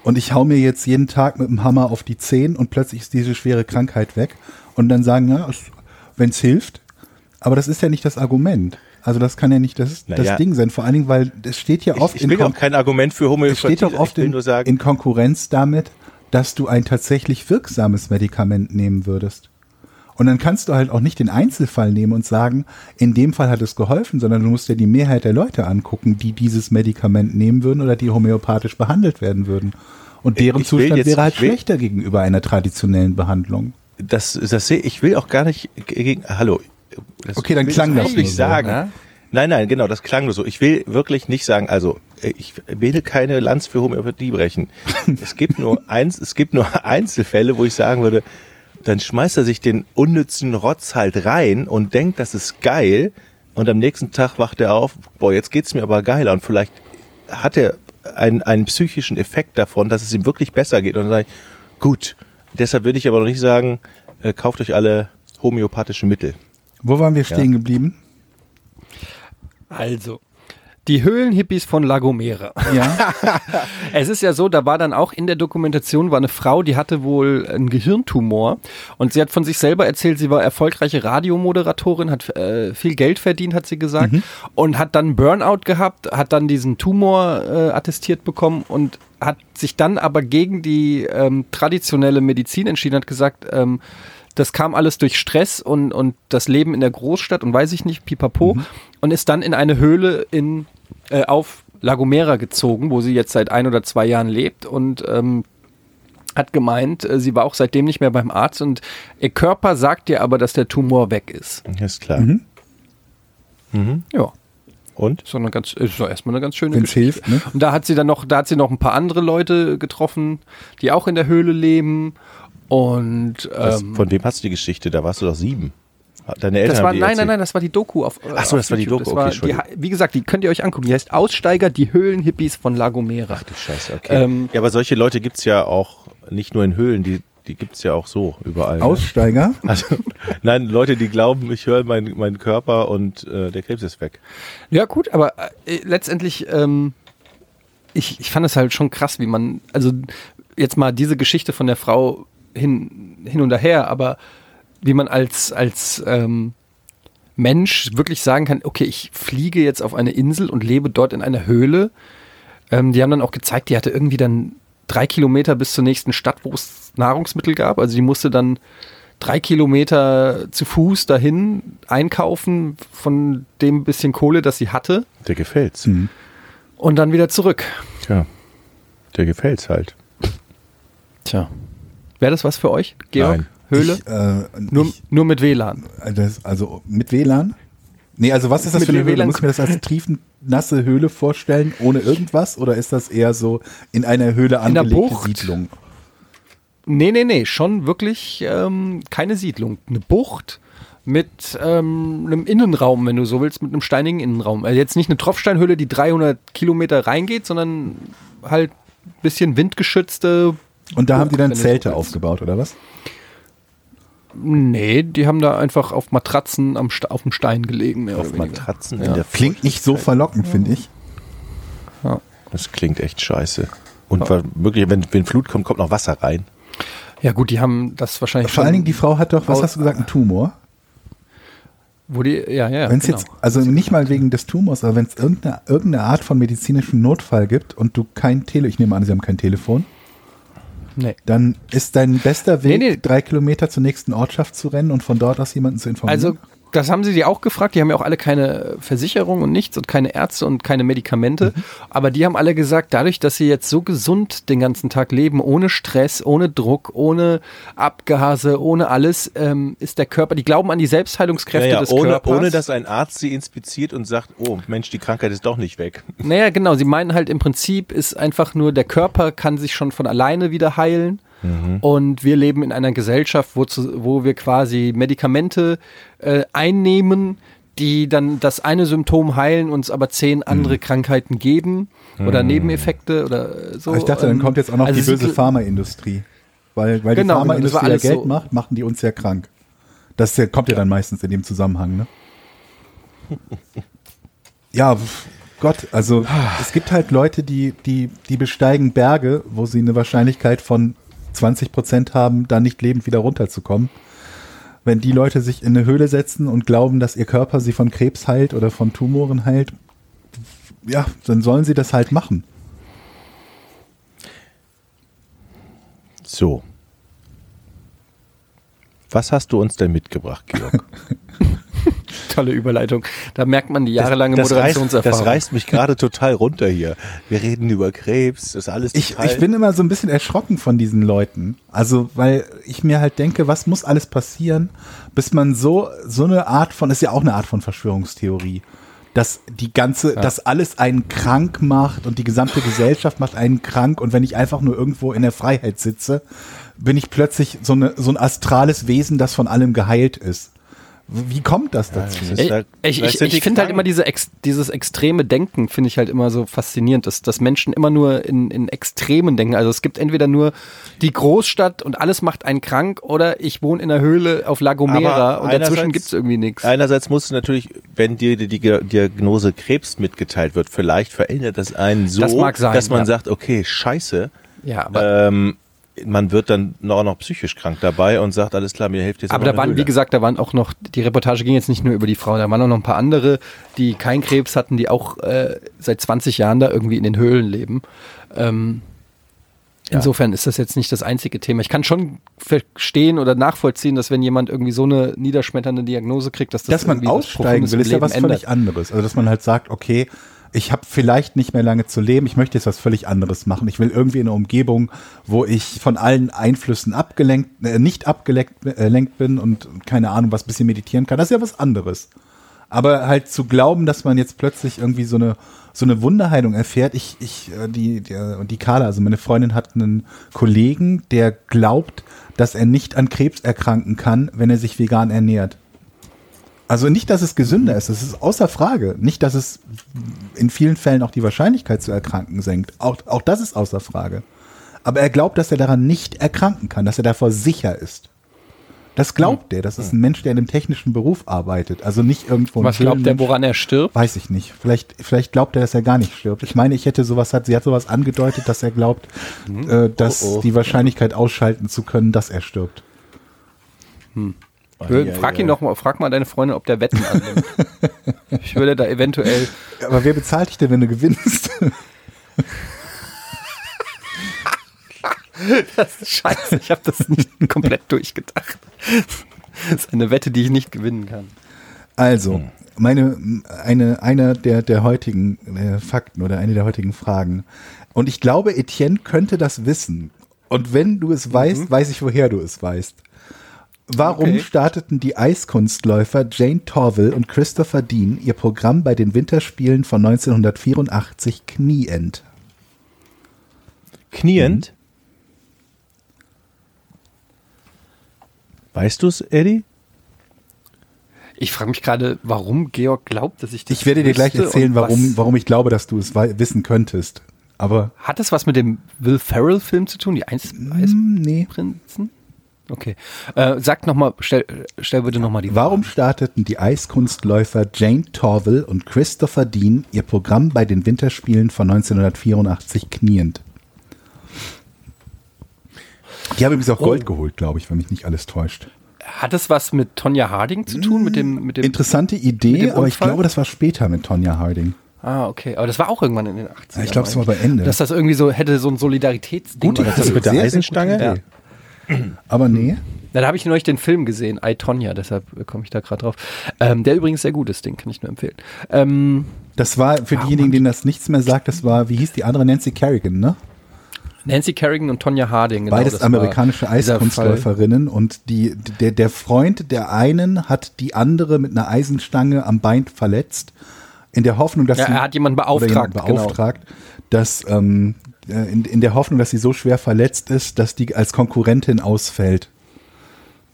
und ich hau mir jetzt jeden Tag mit dem Hammer auf die Zehen und plötzlich ist diese schwere Krankheit weg und dann sagen, ja, wenn es wenn's hilft, aber das ist ja nicht das Argument. Also das kann ja nicht das, Naja. das Ding sein, vor allen Dingen, weil es steht ja ähm, oft ich, ich will Kon- auch kein Argument für es Homöopathie. steht doch oft ich will in, nur sagen, in Konkurrenz damit, dass du ein tatsächlich wirksames Medikament nehmen würdest. Und dann kannst du halt auch nicht den Einzelfall nehmen und sagen, in dem Fall hat es geholfen, sondern du musst dir die Mehrheit der Leute angucken, die dieses Medikament nehmen würden oder die homöopathisch behandelt werden würden. Und deren Ich will Zustand jetzt- wäre halt ich will- schlechter gegenüber einer traditionellen Behandlung. das, das sehe ich will auch gar nicht gegen. Hallo. Das Okay, dann will ich klang das auch nur nicht so, sagen. ne? Nein, nein, genau, das klang nur so. Ich will wirklich nicht sagen, also äh, ich will keine Lanz für Homöopathie brechen. Es gibt nur eins, es gibt nur Einzelfälle, wo ich sagen würde, dann schmeißt er sich den unnützen Rotz halt rein und denkt, das ist geil. Und am nächsten Tag wacht er auf, boah, jetzt geht's mir aber geiler. Und vielleicht hat er einen, einen psychischen Effekt davon, dass es ihm wirklich besser geht. Und dann sage ich, gut, deshalb würde ich aber noch nicht sagen, äh, kauft euch alle homöopathischen Mittel. Wo waren wir stehen geblieben? Also, die Höhlenhippies von La Gomera. Ja. Es ist ja so, da war dann auch in der Dokumentation war eine Frau, die hatte wohl einen Gehirntumor und sie hat von sich selber erzählt, sie war erfolgreiche Radiomoderatorin, hat äh, viel Geld verdient, hat sie gesagt und hat dann Burnout gehabt, hat dann diesen Tumor äh, attestiert bekommen und hat sich dann aber gegen die ähm, traditionelle Medizin entschieden, hat gesagt, ähm, das kam alles durch Stress und, und das Leben in der Großstadt und weiß ich nicht, pipapo, und ist dann in eine Höhle in, äh, auf La Gomera gezogen, wo sie jetzt seit ein oder zwei Jahren lebt und ähm, hat gemeint, äh, sie war auch seitdem nicht mehr beim Arzt und ihr Körper sagt ihr aber, dass der Tumor weg ist. Ist klar. Mhm. Ja. Und? Ist doch, eine ganz, ist doch erstmal eine ganz schöne Wenn's Geschichte. hilft, ne? Und da hat sie dann noch, da hat sie noch ein paar andere Leute getroffen, die auch in der Höhle leben. Und Was, ähm, von wem hast du die Geschichte? Da warst du doch sieben. Deine Eltern das war, haben die nein, nein, erzählt. nein, das war die Doku auf. äh, Ach so, auf das war die YouTube. Doku, okay, die, Entschuldigung. wie gesagt, die könnt ihr euch angucken. Die heißt Aussteiger, die Höhlenhippies von La Gomera. Scheiße, okay. Ähm, ja, aber solche Leute gibt's ja auch nicht nur in Höhlen, die, die gibt's ja auch so überall. ne? Aussteiger. Also, nein, Leute, die glauben, ich höre meinen meinen Körper und äh, der Krebs ist weg. Ja, gut, aber äh, letztendlich, ähm, ich, ich fand es halt schon krass, wie man, also jetzt mal diese Geschichte von der Frau hin, hin und her, aber wie man als, als ähm, Mensch wirklich sagen kann, okay, ich fliege jetzt auf eine Insel und lebe dort in einer Höhle. Ähm, die haben dann auch gezeigt, die hatte irgendwie dann drei Kilometer bis zur nächsten Stadt, wo es Nahrungsmittel gab. Also die musste dann drei Kilometer zu Fuß dahin einkaufen von dem bisschen Kohle, das sie hatte, Der gefällt's. Hm, und dann wieder zurück. Tja. Der gefällt's halt. Tja. Wäre das was für euch, Georg? Nein. Höhle? Ich, äh, nur, ich, nur mit WLAN. Das, also mit WLAN? Nee, also was ist das Mit für eine Höhle? WLAN? Muss ich mir das als triefennasse Höhle vorstellen, ohne irgendwas? Oder ist das eher so in einer Höhle der angelegte Bucht? Siedlung? Nee, nee, nee, schon wirklich ähm, keine Siedlung. Eine Bucht mit ähm, einem Innenraum, wenn du so willst, mit einem steinigen Innenraum. Also jetzt nicht eine Tropfsteinhöhle, die 300 Kilometer reingeht, sondern halt ein bisschen windgeschützte. Und da haben die dann Wenn du so Zelte willst. aufgebaut, oder was? Nee, die haben da einfach auf Matratzen am Sta- auf dem Stein gelegen. Mehr Auf oder weniger. Matratzen Ja. in der Klingt nicht so verlockend, finde ich. Das klingt echt scheiße. Oh. Und wa- wirklich, wenn, wenn Flut kommt, kommt noch Wasser rein. Ja gut, die haben das wahrscheinlich Vor allen Dingen, die Frau hat doch, was Aus- hast du gesagt, einen Tumor? wo die, ja, ja, Wenn es genau. jetzt, also nicht mal wegen des Tumors, aber wenn es irgendeine, irgendeine Art von medizinischem Notfall gibt und du kein Telefon, ich nehme an, sie haben kein Telefon, nee. dann ist dein bester Weg, Nee, nee. drei Kilometer zur nächsten Ortschaft zu rennen und von dort aus jemanden zu informieren. Also, das haben sie die auch gefragt. Die haben ja auch alle keine Versicherung und nichts und keine Ärzte und keine Medikamente. Mhm. Aber die haben alle gesagt, dadurch, dass sie jetzt so gesund den ganzen Tag leben, ohne Stress, ohne Druck, ohne Abgase, ohne alles, ähm, ist der Körper, die glauben an die Selbstheilungskräfte Naja, des ohne, Körpers. ohne dass ein Arzt sie inspiziert und sagt, oh Mensch, die Krankheit ist doch nicht weg. Naja, genau. Sie meinen halt im Prinzip ist einfach nur, der Körper kann sich schon von alleine wieder heilen. Mhm. Und wir leben in einer Gesellschaft, wo, zu, wo wir quasi Medikamente äh, einnehmen, die dann das eine Symptom heilen, uns aber zehn Mhm. andere Krankheiten geben oder Nebeneffekte oder äh, so. Aber Mhm. ich dachte, dann ähm, kommt jetzt auch noch also die sie- böse Pharmaindustrie. Weil, Genau, weil die das war Pharmaindustrie ja alles Geld so. macht, machen die uns ja krank. Das ist ja, kommt ja dann meistens in dem Zusammenhang, ne? Ja, pf, Gott, also es gibt halt Leute, die, die, die besteigen Berge, wo sie eine Wahrscheinlichkeit von 20 Prozent haben, da nicht lebend wieder runterzukommen. Wenn die Leute sich in eine Höhle setzen und glauben, dass ihr Körper sie von Krebs heilt oder von Tumoren heilt, ja, dann sollen sie das halt machen. So. Was hast du uns denn mitgebracht, Georg? Tolle Überleitung. Da merkt man die jahrelange das, reißt, Moderationserfahrung. das reißt mich gerade total runter hier. Wir reden über Krebs, das ist alles Ich, total ich bin immer so ein bisschen erschrocken von diesen Leuten. Also, weil ich mir halt denke, was muss alles passieren, bis man so, so eine Art von, ist ja auch eine Art von Verschwörungstheorie, dass die ganze, dass alles einen krank macht und die gesamte Gesellschaft macht einen krank und wenn ich einfach nur irgendwo in der Freiheit sitze, bin ich plötzlich so, eine, so ein astrales Wesen, das von allem geheilt ist. Wie kommt das dazu? das ist Ich, halt- Äh, ich, vielleicht ich, sind die ich finde halt krank. immer diese ex, dieses extreme Denken, finde ich halt immer so faszinierend, dass, dass Menschen immer nur in, in Extremen denken. Also es gibt entweder nur die Großstadt und alles macht einen krank oder ich wohne in einer Höhle auf La Gomera Aber und dazwischen einerseits- gibt es irgendwie nichts. Einerseits musst du natürlich, wenn dir die Dia- Diagnose Krebs mitgeteilt wird, vielleicht verändert das einen so, Das mag sein, dass man ja. sagt, okay, scheiße, Ja, aber, ähm, man wird dann noch, noch psychisch krank dabei und sagt, alles klar, mir hilft jetzt aber auch da eine waren, wie Höhle. gesagt, da waren auch noch, die Reportage ging jetzt nicht nur über die Frauen, da waren auch noch ein paar andere, die keinen Krebs hatten, die auch äh, seit 20 Jahren da irgendwie in den Höhlen leben. Ähm, Insofern ist das jetzt nicht das einzige Thema. Ich kann schon verstehen oder nachvollziehen, dass wenn jemand irgendwie so eine niederschmetternde Diagnose kriegt, dass das dass man irgendwie das aussteigen Profil will, des ist ja Lebens was völlig anderes. Also, dass man halt sagt, okay, ich habe vielleicht nicht mehr lange zu leben, ich möchte jetzt was völlig anderes machen. Ich will irgendwie in einer Umgebung, wo ich von allen Einflüssen abgelenkt, äh, nicht abgelenkt äh, lenkt bin und keine Ahnung, was ein bisschen meditieren kann. Das ist ja was anderes. Aber halt zu glauben, dass man jetzt plötzlich irgendwie so eine, so eine Wunderheilung erfährt. Ich, ich, äh, die, die, äh, die Carla, also meine Freundin hat einen Kollegen, der glaubt, dass er nicht an Krebs erkranken kann, wenn er sich vegan ernährt. Also nicht, dass es gesünder ist, das ist außer Frage. Nicht, dass es in vielen Fällen auch die Wahrscheinlichkeit zu erkranken senkt. Auch, auch das ist außer Frage. Aber er glaubt, dass er daran nicht erkranken kann, dass er davor sicher ist. Das glaubt Hm. er. Das ist ein Mensch, der in einem technischen Beruf arbeitet. Also nicht irgendwo ein Was glaubt er, Höhlenmensch. woran er stirbt? Weiß ich nicht. Vielleicht, vielleicht glaubt er, dass er gar nicht stirbt. Ich meine, ich hätte sowas, hat, sie hat sowas angedeutet, dass er glaubt, Hm. äh, dass Oh, oh. die Wahrscheinlichkeit ausschalten zu können, dass er stirbt. Ei, ei, frag ei. ihn doch mal, frag mal deine Freundin, ob der Wetten annimmt. ich würde da eventuell Aber wer bezahlt dich denn, wenn du gewinnst? Das ist scheiße, ich habe das nicht komplett durchgedacht. Das ist eine Wette, die ich nicht gewinnen kann. Also, meine, eine, einer der, der heutigen äh, Fakten oder eine der heutigen Fragen. Und ich glaube, Etienne könnte das wissen. Und wenn du es weißt, weiß ich, woher du es weißt. Warum Okay. starteten die Eiskunstläufer Jane Torville und Christopher Dean ihr Programm bei den Winterspielen von 1984 knieend? Kniend. Weißt du es, Eddie? Ich frage mich gerade, warum Georg glaubt, dass ich das Ich werde dir gleich wüsste erzählen, und warum, was- warum ich glaube, dass du es wei- wissen könntest. Aber Hat das was mit dem Will Ferrell-Film zu tun, die Eis mm, nee, Eisprinzen? Okay. Äh, sag nochmal, stell, stell bitte nochmal die Warum starteten die Eiskunstläufer Jane Torville und Christopher Dean ihr Programm bei den Winterspielen von 1984 kniend? Die haben übrigens auch Oh. Gold geholt, glaube ich, wenn mich nicht alles täuscht. Hat das was mit Tonja Harding zu tun? Mit dem, mit dem Interessante mit Idee, dem aber ich Unfall? glaube, das war später mit Tonja Harding. Ah, okay. Aber das war auch irgendwann in den 80ern. Ja, ich glaube, es war bei Ende. Dass das irgendwie so hätte so ein Solidaritätsding. Gute oder Das so. mit der Sehr, sehr gute Eisenstange? Idee. Aber nee. Na, da habe ich neulich den Film gesehen, I, Tonya, deshalb äh, komme ich da gerade drauf. Ähm, der übrigens sehr gut ist, den kann ich nur empfehlen. Ähm, Das war für diejenigen, denen das nichts mehr sagt, das war, wie hieß die andere, Nancy Kerrigan, ne? Nancy Kerrigan und Tonya Harding. genau, Beides das amerikanische war dieser Fall. Eiskunstläuferinnen und die, der, der Freund der einen hat die andere mit einer Eisenstange am Bein verletzt, in der Hoffnung, dass Ja, sie, er hat jemanden oder beauftragt, genau. beauftragt dass ähm, äh, in, in der Hoffnung, dass sie so schwer verletzt ist, dass die als Konkurrentin ausfällt.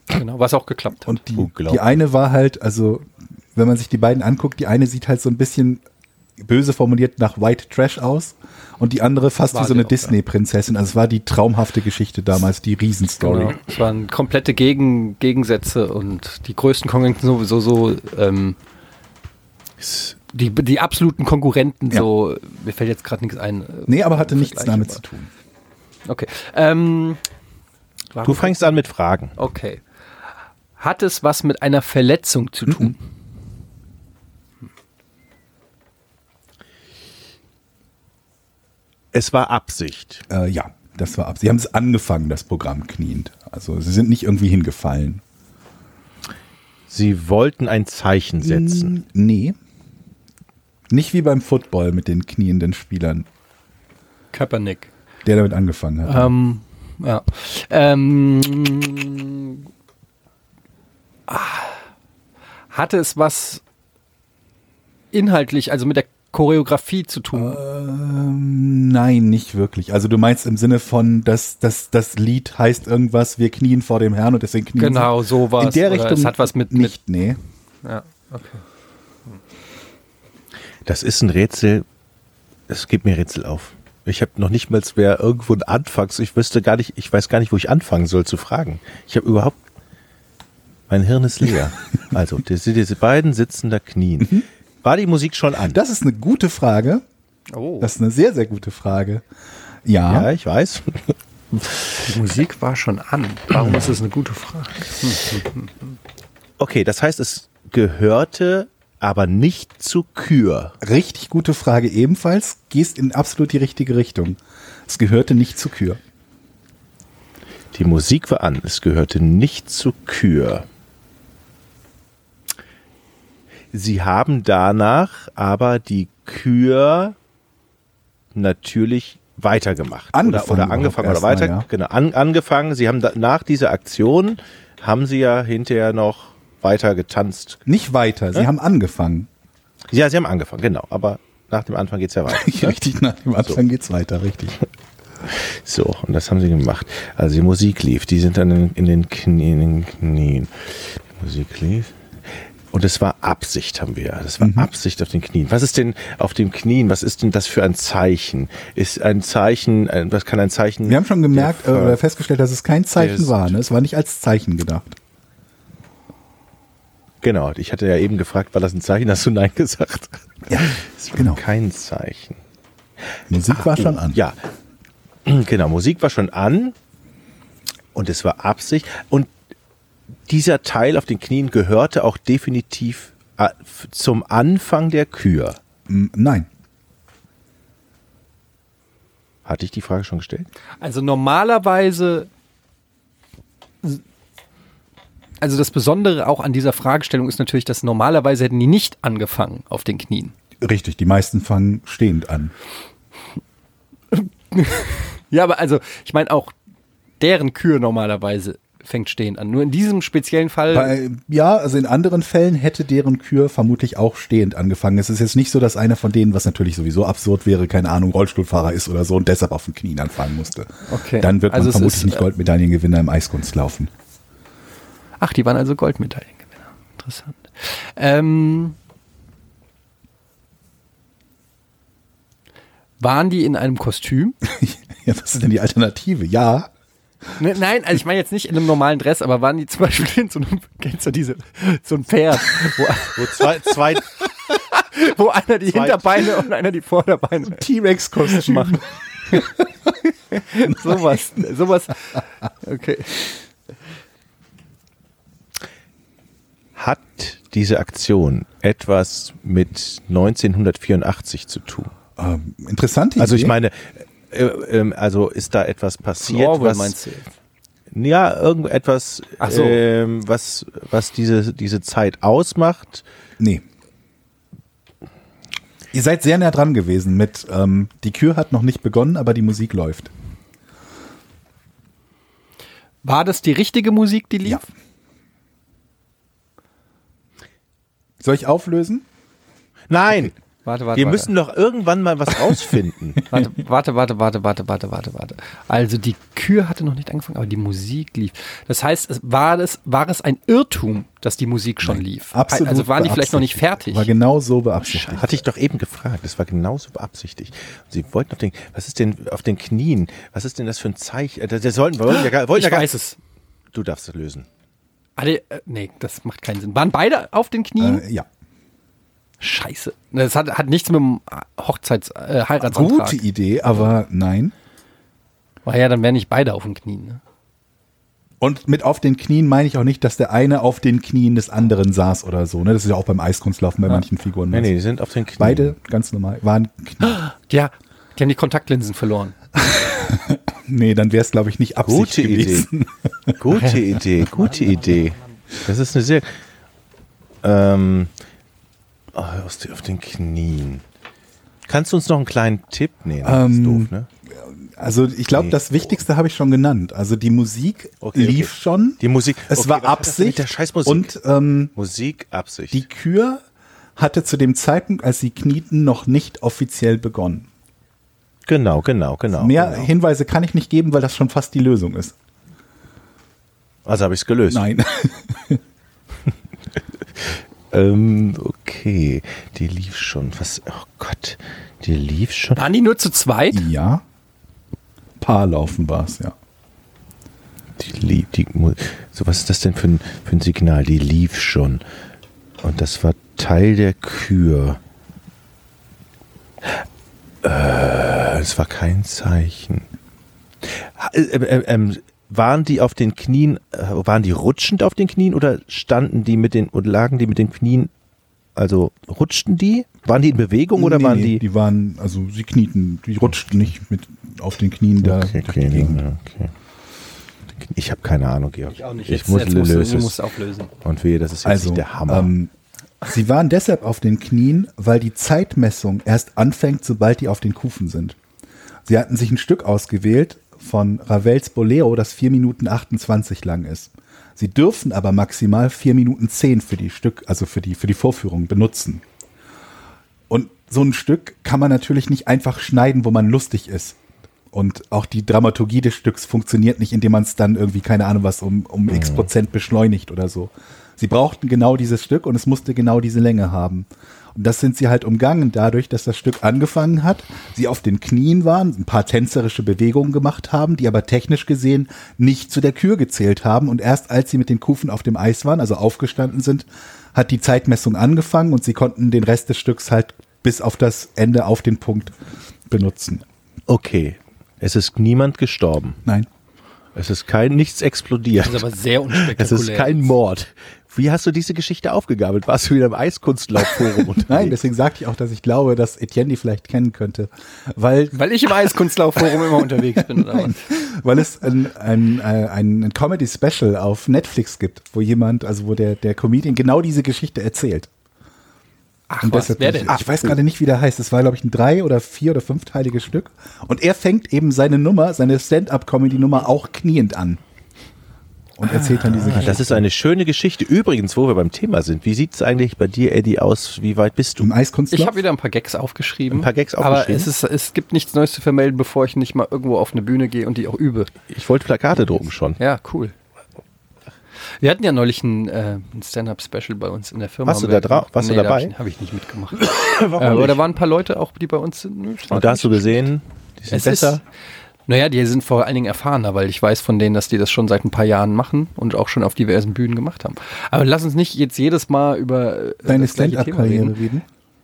Genau, was auch geklappt hat. Und die, Unglaublich. die eine war halt, also wenn man sich die beiden anguckt, die eine sieht halt so ein bisschen böse formuliert nach White Trash aus und die andere fast War wie so eine die auch, ja. Disney-Prinzessin. Also es war die traumhafte Geschichte damals, die Riesenstory. Genau. Es waren komplette Gegen Gegensätze und die größten Konkurrenten sowieso so, ähm, die, die absoluten Konkurrenten Ja. so, mir fällt jetzt gerade nichts ein. äh, Nee, aber hatte im nichts Vergleich, damit aber- zu tun. Okay. Ähm, Du fängst an mit Fragen. okay. Hat es was mit einer Verletzung zu Mhm. tun? Es war Absicht. Äh, ja, das war ab. Sie haben es angefangen, das Programm kniend. Also sie sind nicht irgendwie hingefallen. Sie wollten ein Zeichen setzen. Nee. Nicht wie beim Football mit den knienden Spielern, Kaepernick. der damit angefangen hat. Ähm, ja. Ähm, ah. hatte es was inhaltlich, also mit der Choreografie zu tun? Nein, nicht wirklich. Also du meinst im Sinne von, dass, dass das Lied heißt irgendwas, wir knien vor dem Herrn und deswegen knien Genau, sie. sowas. In der Oder Richtung es hat was mit- mit- nicht, nee. ja. Das ist ein Rätsel. Es gibt mir Rätsel auf. Ich habe noch nicht mal wer irgendwo ein Anfangs. Ich wüsste gar nicht, ich weiß gar nicht, wo ich anfangen soll zu fragen. Ich habe überhaupt. Mein Hirn ist leer. also, diese, diese beiden sitzen da knien. War die Musik schon an? Das ist eine gute Frage. Oh. Das ist eine sehr, sehr gute Frage. Ja, ja, ich weiß. Die Musik war schon an. Warum ist das eine gute Frage? Okay, das heißt, es gehörte aber nicht zu Kür. richtig gute Frage ebenfalls. Gehst in absolut die richtige Richtung. Es gehörte nicht zu Kür. Die Musik war an, es gehörte nicht zu Kür. Sie haben danach aber die Kür natürlich weitergemacht. Angefangen oder, oder angefangen oder überhaupt weiter. erst mal, Genau, ja. an, angefangen. Sie haben da, nach dieser Aktion, haben sie ja hinterher noch weiter getanzt. Nicht weiter, sie haben angefangen. Ja, sie haben angefangen, genau. Aber nach dem Anfang geht's ja weiter. ne? richtig, nach dem Anfang geht's weiter, richtig. So, und das haben sie gemacht. Also die Musik lief, die sind dann in, in, den, Knie, in den Knien. Die Musik lief. Und es war Absicht, haben wir. ja. Das war Mhm. Absicht auf den Knien. Was ist denn auf dem Knien? Was ist denn das für ein Zeichen? Ist ein Zeichen, ein- was kann ein Zeichen? Wir haben schon gemerkt äh, Der Ver- oder festgestellt, dass es kein Zeichen ist- war. Ne? Es war nicht als Zeichen gedacht. Genau, ich hatte ja eben gefragt, war das ein Zeichen? Hast du Nein gesagt? Ja, Es war genau. kein Zeichen. Musik war schon an. Ja, genau. Musik war schon an und es war Absicht. Und dieser Teil auf den Knien gehörte auch definitiv äh, f- zum Anfang der Kür. M- Nein. Hatte ich die Frage schon gestellt? Also normalerweise. Also das Besondere auch an dieser Fragestellung ist natürlich, dass normalerweise hätten die nicht angefangen auf den Knien. Richtig, die meisten fangen stehend an. Ja, aber also, ich meine auch deren Kür normalerweise fängt stehend an. Nur in diesem speziellen Äh. Fall. Bei, ja, also in anderen Fällen hätte deren Kür vermutlich auch stehend angefangen. Es ist jetzt nicht so, dass einer von denen, was natürlich sowieso absurd wäre, keine Ahnung, Rollstuhlfahrer ist oder so und deshalb auf den Knien anfangen musste. Okay. Dann wird man Also es vermutlich ist, nicht äh, Goldmedaillengewinner im Eiskunstlaufen. ach, die waren also Goldmedaillengewinner. Interessant. Ähm, waren die in einem Kostüm? ja, was ist denn die Alternative? Ja, Ne, nein, also ich meine jetzt nicht in einem normalen Dress, aber waren die zum Beispiel in so einem, kennst du diese, so ein Pferd, wo, Wo zwei, zwei, wo einer die Zweit- Hinterbeine und einer die Vorderbeine T-Rex-Kostüm. macht. sowas, sowas. Okay. hat diese Aktion etwas mit 1984 zu tun? Ähm, interessante Also Idee. ich meine, äh, ähm, also ist da etwas passiert, Orwell was meinst du? ja irgendetwas, Ach so. ähm, was was diese diese Zeit ausmacht? Nee. Ihr seid sehr nah dran gewesen mit, ähm, die Kür hat noch nicht begonnen, aber die Musik läuft. War das die richtige Musik, die lief? Ja. Soll ich auflösen? Nein, Warte, warte, wir warte. müssen doch irgendwann mal was rausfinden. Warte, warte, warte, warte, warte, warte, warte, warte. Also die Kür hatte noch nicht angefangen, aber die Musik lief. Das heißt, es war, es, war es ein Irrtum, dass die Musik schon lief? Absolut. Also waren die vielleicht noch nicht fertig? beabsichtigt. War genau so beabsichtigt. Hatte ich doch eben gefragt. Das war genauso beabsichtigt. Sie wollten auf den, was ist denn auf den Knien? Was ist denn das für ein Zeichen? Äh, Das, das sollten wir wollten ja gar, wollten Ich ja gar, weiß es. Du darfst es lösen. Alle, äh, nee, das macht keinen Sinn. Waren beide auf den Knien? Äh, ja. Scheiße. Das hat, hat nichts mit dem Hochzeits-, äh, Heiratsantrag. Gute Idee, aber nein. War ja, dann wären nicht beide auf den Knien. Ne? Und mit auf den Knien meine ich auch nicht, dass der eine auf den Knien des anderen saß oder so. Ne? Das ist ja auch beim Eiskunstlaufen bei manchen Figuren. Ah. Nee, so. nee, die sind auf den Knien. Beide ganz normal waren Knie. Ja, die haben die Kontaktlinsen verloren. Nee, dann wäre es, glaube ich, nicht Absicht Gute Idee. gewesen. Gute Idee, gute Idee. Das ist eine sehr. Ähm, oh, aus den- auf den Knien. Kannst du uns noch einen kleinen Tipp nehmen? Das ist Ähm, doof, ne? Also ich glaube, Nee. das Wichtigste habe ich schon genannt. Also die Musik Okay, okay. lief schon. Die Musik. Es okay, was ist das war denn Absicht. Mit der Scheißmusik. Und ähm, Musik, Absicht. die Kür hatte zu dem Zeitpunkt, als sie knieten, noch nicht offiziell begonnen. genau, genau, genau. Mehr genau. Hinweise kann ich nicht geben, weil das schon fast die Lösung ist. Also habe ich es gelöst. Nein. Ähm, okay. Die lief schon. Was? Oh Gott. Die lief schon. Waren die nur zu zweit? ja. Paarlaufen war es, ja. Die lief. Die, Mu- so, was ist das denn für ein, für ein Signal? Die lief schon. Und das war Teil der Kür. Äh, es war kein Zeichen. Ha- äh, äh, ähm, waren die auf den Knien, äh, waren die rutschend auf den Knien oder standen die mit den, und lagen die mit den Knien, also rutschten die? Waren die in Bewegung oder Nee, waren nee, die? Die waren, also sie knieten, die rutschten nicht mit auf den Knien da. Okay, durch die okay, Gegend. ja, okay. Ich habe keine Ahnung, Georg. Ich, Jetzt- muss jetzt musst du- lösen. du musst auflösen. Und wehe, das ist jetzt Also, nicht der Hammer. Ähm, sie waren deshalb auf den Knien, weil die Zeitmessung erst anfängt, sobald die auf den Kufen sind. Sie hatten sich ein Stück ausgewählt von Ravels Bolero, das 4 Minuten 28 lang ist. Sie dürfen aber maximal 4 Minuten 10 für die Stück, also für die, für die Vorführung benutzen. Und so ein Stück kann man natürlich nicht einfach schneiden, wo man lustig ist. Und auch die Dramaturgie des Stücks funktioniert nicht, indem man es dann irgendwie, keine Ahnung was, um, um x Prozent beschleunigt oder so. Sie brauchten genau dieses Stück und es musste genau diese Länge haben. Und das sind sie halt umgangen dadurch, dass das Stück angefangen hat, sie auf den Knien waren, ein paar tänzerische Bewegungen gemacht haben, die aber technisch gesehen nicht zu der Kür gezählt haben. Und erst als sie mit den Kufen auf dem Eis waren, also aufgestanden sind, hat die Zeitmessung angefangen und sie konnten den Rest des Stücks halt bis auf das Ende auf den Punkt benutzen. okay, es ist niemand gestorben. Nein. Es ist kein nichts explodiert. Das ist aber sehr Es unspektakulär. ist kein Mord. Wie hast du diese Geschichte aufgegabelt? Warst du wieder im Eiskunstlaufforum unterwegs? Nein, deswegen sagte ich auch, dass ich glaube, dass Etienne die vielleicht kennen könnte, weil, Weil ich im Eiskunstlaufforum immer unterwegs bin. Oder was? weil es ein, ein, äh, ein Comedy-Special auf Netflix gibt, wo jemand, also wo der, der Comedian genau diese Geschichte erzählt. Ach, Und deshalb, wer ich, denn? ich weiß gerade nicht, wie der heißt. Es war, glaube ich, ein drei- oder vier- oder fünfteiliges Stück. Und er fängt eben seine Nummer, seine Stand-up-Comedy-Nummer auch kniend an. Und erzählt dann diese Ah, Geschichte. Das ist eine schöne Geschichte. Übrigens, wo wir beim Thema sind, wie sieht es eigentlich bei dir, Eddie, aus? Wie weit bist du? Im Eiskunstlauf? Ich habe wieder ein paar Gags aufgeschrieben. Ein paar Gags Aber aufgeschrieben? es, ist, es gibt nichts Neues zu vermelden, bevor ich nicht mal irgendwo auf eine Bühne gehe und die auch übe. Ich wollte Plakate drucken schon. Ja, cool. Wir hatten ja neulich ein, äh, ein Stand-Up-Special bei uns in der Firma. Warst du Haben wir- da dra- warst du da dabei? Habe ich, hab ich nicht mitgemacht. Warum äh, aber nicht? da waren ein paar Leute auch, die bei uns sind. Nö, das war Und da hast du nicht- gesehen, die sind es besser. Ist, Naja, die sind vor allen Dingen erfahrener, weil ich weiß von denen, dass die das schon seit ein paar Jahren machen und auch schon auf diversen Bühnen gemacht haben. Aber lass uns nicht jetzt jedes Mal über äh, Deine das gleiche Thema Stand-Up-Karriere reden.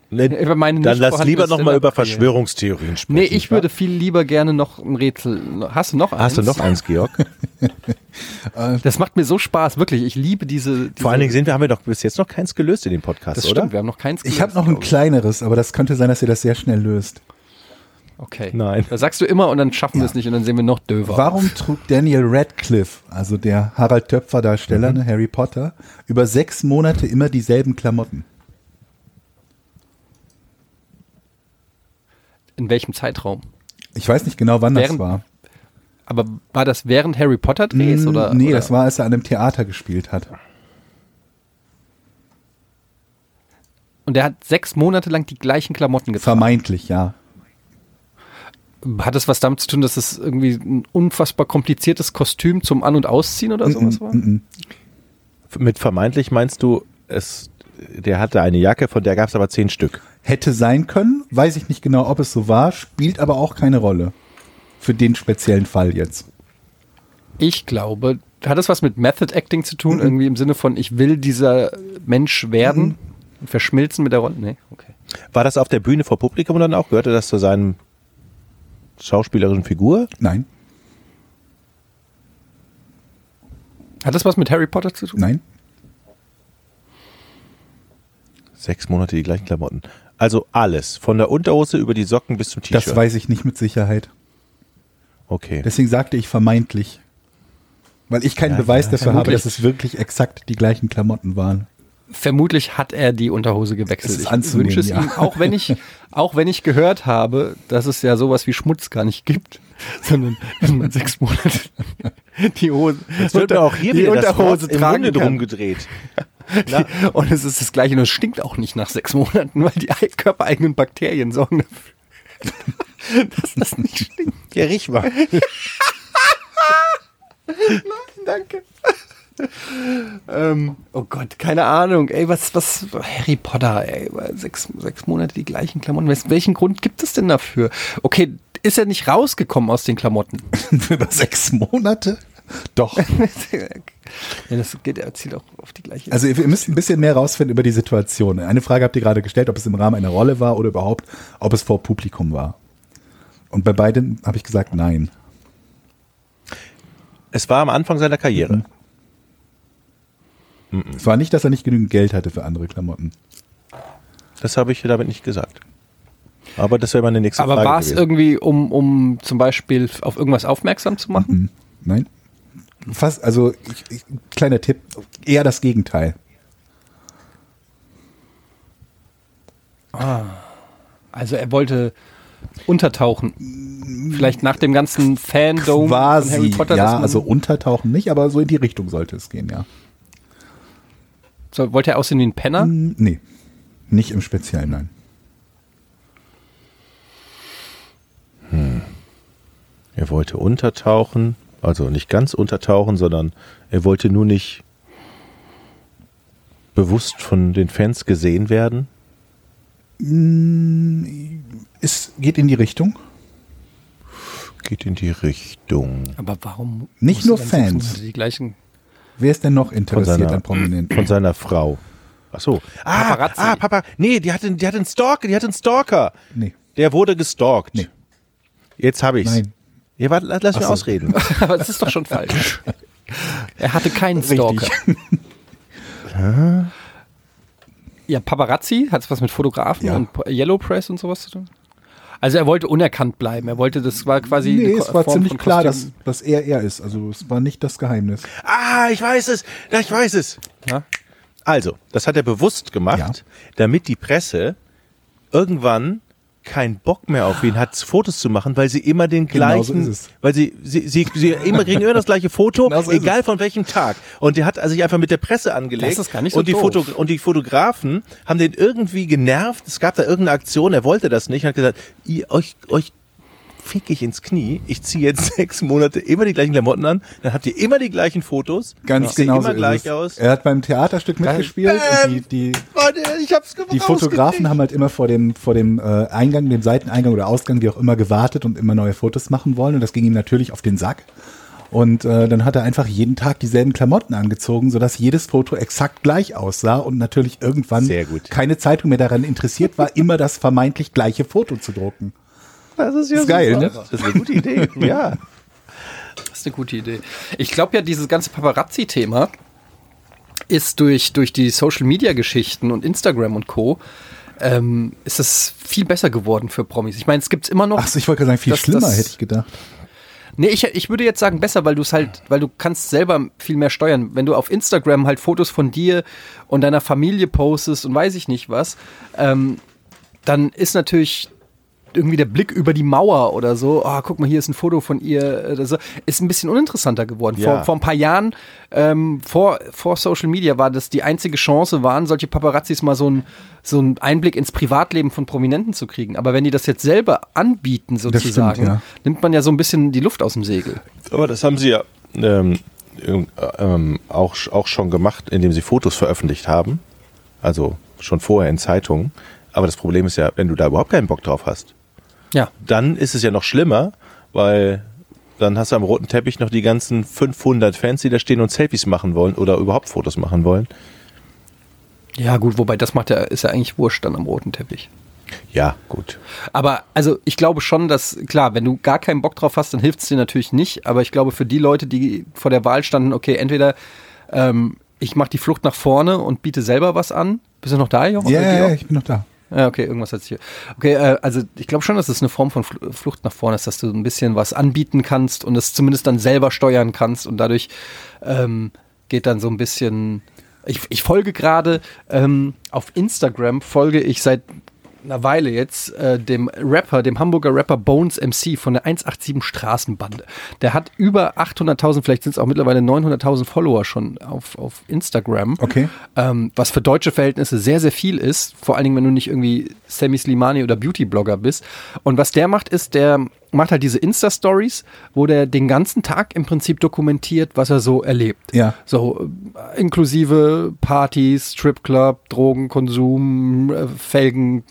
Nee, Über meine dann nicht lass vorhandene lieber nochmal über Stand-up-Karriere. Verschwörungstheorien sprechen. Nee, ich würde viel lieber gerne noch ein Rätsel. Hast du noch eins? Hast du noch eins, Georg? Das macht mir so Spaß, wirklich. Ich liebe diese. diese Vor allen Dingen sind wir, haben wir doch bis jetzt noch keins gelöst in dem Podcast, das oder? stimmt, wir haben noch keins. Ich habe gelöst, noch ein glaub kleineres, aber das könnte sein, dass ihr das sehr schnell löst. Okay. Nein. Das sagst du immer und dann schaffen wir es nicht und dann sehen wir noch döver. Warum trug Daniel Radcliffe, also der Harald Töpfer-Darsteller, ne, Harry Potter, über sechs Monate immer dieselben Klamotten? In welchem Zeitraum? Ich weiß nicht genau, wann das Während war. Aber war das während Harry Potter Drehs Mm, oder? nee, oder? das war, als er an einem Theater gespielt hat. Und der hat sechs Monate lang die gleichen Klamotten getragen. Vermeintlich, ja. Hat das was damit zu tun, dass es irgendwie ein unfassbar kompliziertes Kostüm zum An- und Ausziehen oder Mm, sowas war? Mit vermeintlich meinst du, es, der hatte eine Jacke, von der gab es aber zehn Stück. Hätte sein können, weiß ich nicht genau, ob es so war, spielt aber auch keine Rolle. Für den speziellen Fall jetzt. Ich glaube, hat das was mit Method Acting zu Mhm. tun? Irgendwie im Sinne von, ich will dieser Mensch werden? Mhm. und Verschmilzen mit der Rolle? Nee, okay. War das auf der Bühne vor Publikum dann auch? Gehörte das zu seinem schauspielerischen Figur? Nein, Hat das was mit Harry Potter zu tun? nein. Sechs Monate die gleichen Klamotten. Also alles, von der Unterhose über die Socken bis zum T-Shirt. Das weiß ich nicht mit Sicherheit. okay. Deswegen sagte ich vermeintlich. Weil ich keinen Ja, Beweis ja, dafür habe, vermutlich. dass es wirklich exakt die gleichen Klamotten waren. Vermutlich hat er die Unterhose gewechselt. Es ist ich anzunehmen, wünsche es ja. ihm, auch wenn, ich, auch wenn ich gehört habe, dass es ja sowas wie Schmutz gar nicht gibt, sondern dass man sechs Monate die Hose, Jetzt wird mir auch hier die wieder das Wort Unterhose im tragen Munde drum kann. gedreht. Ne? Und es ist das Gleiche und es stinkt auch nicht nach sechs Monaten, weil die ei- körpereigenen Bakterien sorgen dafür, dass das nicht stinkt. Ja, riech mal. Danke. ähm, oh Gott, keine Ahnung. Ey, was, was, Harry Potter, ey, sechs, sechs Monate die gleichen Klamotten. Wes- Welchen Grund gibt es denn dafür? Okay, ist er nicht rausgekommen aus den Klamotten? Über sechs Monate? Doch. ja, das geht, er zielt auch auf die gleiche. Also ihr müsst ein bisschen mehr rausfinden über die Situation. Eine Frage habt ihr gerade gestellt, ob es im Rahmen einer Rolle war oder überhaupt, ob es vor Publikum war. Und bei beiden habe ich gesagt, nein. Es war am Anfang seiner Mhm. Karriere. Es war nicht, dass er nicht genügend Geld hatte für andere Klamotten. Das habe ich damit nicht gesagt. Aber das wäre meine nächste aber Frage war es gewesen. irgendwie, um, um zum Beispiel auf irgendwas aufmerksam zu machen? Nein? Fast, also ich, ich, kleiner Tipp, eher das Gegenteil. Also er wollte untertauchen. Vielleicht nach dem ganzen Fandom Quasi, von Harry Potter, dass ja, man, also untertauchen nicht, aber so in die Richtung sollte es gehen, ja. so, wollte er aussehen wie ein Penner? Hm, Nee, nicht im Speziellen, nein. Er wollte untertauchen, also nicht ganz untertauchen, sondern er wollte nur nicht bewusst von den Fans gesehen werden. Es geht in die Richtung. Geht in die Richtung Aber warum? Nicht musste nur dann Fans. sechs Monate Die gleichen. Wer ist denn noch von interessiert seiner, an Prominenten? von seiner Frau. Ach so. Ah, Paparazzi. ah, Papa, nee, die hat einen, die hat einen Stalker, die hat einen Stalker. Nee. Der wurde gestalkt. Nee. Jetzt habe ich's. Nein. Ja, warte, lass mich so. ausreden. Aber es ist doch schon falsch. Er hatte keinen Stalker. ja, Paparazzi, hat es was mit Fotografen Ja. und Po- Yellow Press und sowas zu tun? Also er wollte unerkannt bleiben. Er wollte, das war quasi. Nee, eine Ko- es war Form ziemlich von klar, dass, Kostüm. dass er er ist. Also es war nicht das Geheimnis. Ah, ich weiß es. Ja, ich weiß es. Ja? Also, das hat er bewusst gemacht, Ja. damit die Presse irgendwann keinen Bock mehr auf ihn hat, Fotos zu machen, weil sie immer den Genau Genauso gleichen, ist es. weil sie, sie, sie, sie immer kriegen immer das gleiche Foto, Genau Genauso ist egal von welchem Tag. Und der hat also sich einfach mit der Presse angelegt. Das ist gar nicht so und die doof. und die Fotografen haben den irgendwie genervt. Es gab da irgendeine Aktion, er wollte das nicht und hat gesagt, ihr, euch, euch fick ich ins Knie. Ich ziehe jetzt sechs Monate immer die gleichen Klamotten an, dann habt ihr immer die gleichen Fotos. Ganz ich sehe genau immer so gleich ist es. aus. Er hat beim Theaterstück mitgespielt. Und die, die, Leute, ich hab's die Fotografen haben halt immer vor dem, vor dem äh, Eingang, dem Seiteneingang oder Ausgang, wie auch immer, gewartet und immer neue Fotos machen wollen. Und das ging ihm natürlich auf den Sack. Und äh, dann hat er einfach jeden Tag dieselben Klamotten angezogen, sodass jedes Foto exakt gleich aussah und natürlich irgendwann Sehr gut. keine Zeitung mehr daran interessiert war, immer das vermeintlich gleiche Foto zu drucken. Das ist ja Ist geil, super. ne? Das ist eine gute Idee. ja. Das ist eine gute Idee. Ich glaube ja, dieses ganze Paparazzi-Thema ist durch, durch die Social-Media-Geschichten und Instagram und Co. Ähm, ist es viel besser geworden für Promis. Ich meine, es gibt immer noch. Ach so, ich wollte gerade sagen, viel Das- schlimmer das- hätte ich gedacht. Nee, ich, ich würde jetzt sagen besser, weil du es halt, weil du kannst selber viel mehr steuern. Wenn du auf Instagram halt Fotos von dir und deiner Familie postest und weiß ich nicht was, ähm, dann ist natürlich irgendwie der Blick über die Mauer oder so, ah, guck mal, hier ist ein Foto von ihr, äh, oder so, ist ein bisschen uninteressanter geworden. Ja. Vor, vor ein paar Jahren, ähm, vor, vor Social Media war das die einzige Chance, waren solche Paparazzis mal so einen so einen Einblick ins Privatleben von Prominenten zu kriegen. Aber wenn die das jetzt selber anbieten, sozusagen, stimmt, ja. nimmt man ja so ein bisschen die Luft aus dem Segel. Aber das haben sie ja ähm, ähm, ähm, auch, auch schon gemacht, indem sie Fotos veröffentlicht haben. Also schon vorher in Zeitungen. Aber das Problem ist ja, wenn du da überhaupt keinen Bock drauf hast, Ja. dann ist es ja noch schlimmer, weil dann hast du am roten Teppich noch die ganzen 500 Fans, die da stehen und Selfies machen wollen oder überhaupt Fotos machen wollen. Ja, gut, wobei das macht ja, ist ja eigentlich wurscht dann am roten Teppich. Ja, gut. Aber also ich glaube schon, dass, klar, wenn du gar keinen Bock drauf hast, dann hilft es dir natürlich nicht. Aber ich glaube, für die Leute, die vor der Wahl standen, okay, entweder ähm, ich mache die Flucht nach vorne und biete selber was an. Bist du noch da, Jochen? Ja, Oder ja, ja, Georg? ich bin noch da. ja. Ah, Okay, irgendwas hat sich hier. Okay, äh, also ich glaube schon, dass es eine Form von Fl- Flucht nach vorne ist, dass du ein bisschen was anbieten kannst und das zumindest dann selber steuern kannst und dadurch ähm, geht dann so ein bisschen. Ich, ich folge gerade ähm, auf Instagram, folge ich seit einer Weile jetzt äh, dem Rapper, dem Hamburger Rapper Bones MC von der 187 Straßenbande. Der hat über 800.000, vielleicht sind es auch mittlerweile 900.000 Follower schon auf, auf Instagram. Okay. Ähm, was für deutsche Verhältnisse sehr, sehr viel ist. Vor allen Dingen, wenn du nicht irgendwie Sammy Slimani oder Beauty-Blogger bist. Und was der macht, ist, der macht halt diese Insta-Stories, wo der den ganzen Tag im Prinzip dokumentiert, was er so erlebt. Ja. So äh, inklusive Partys, Stripclub, Drogenkonsum, äh, Felgen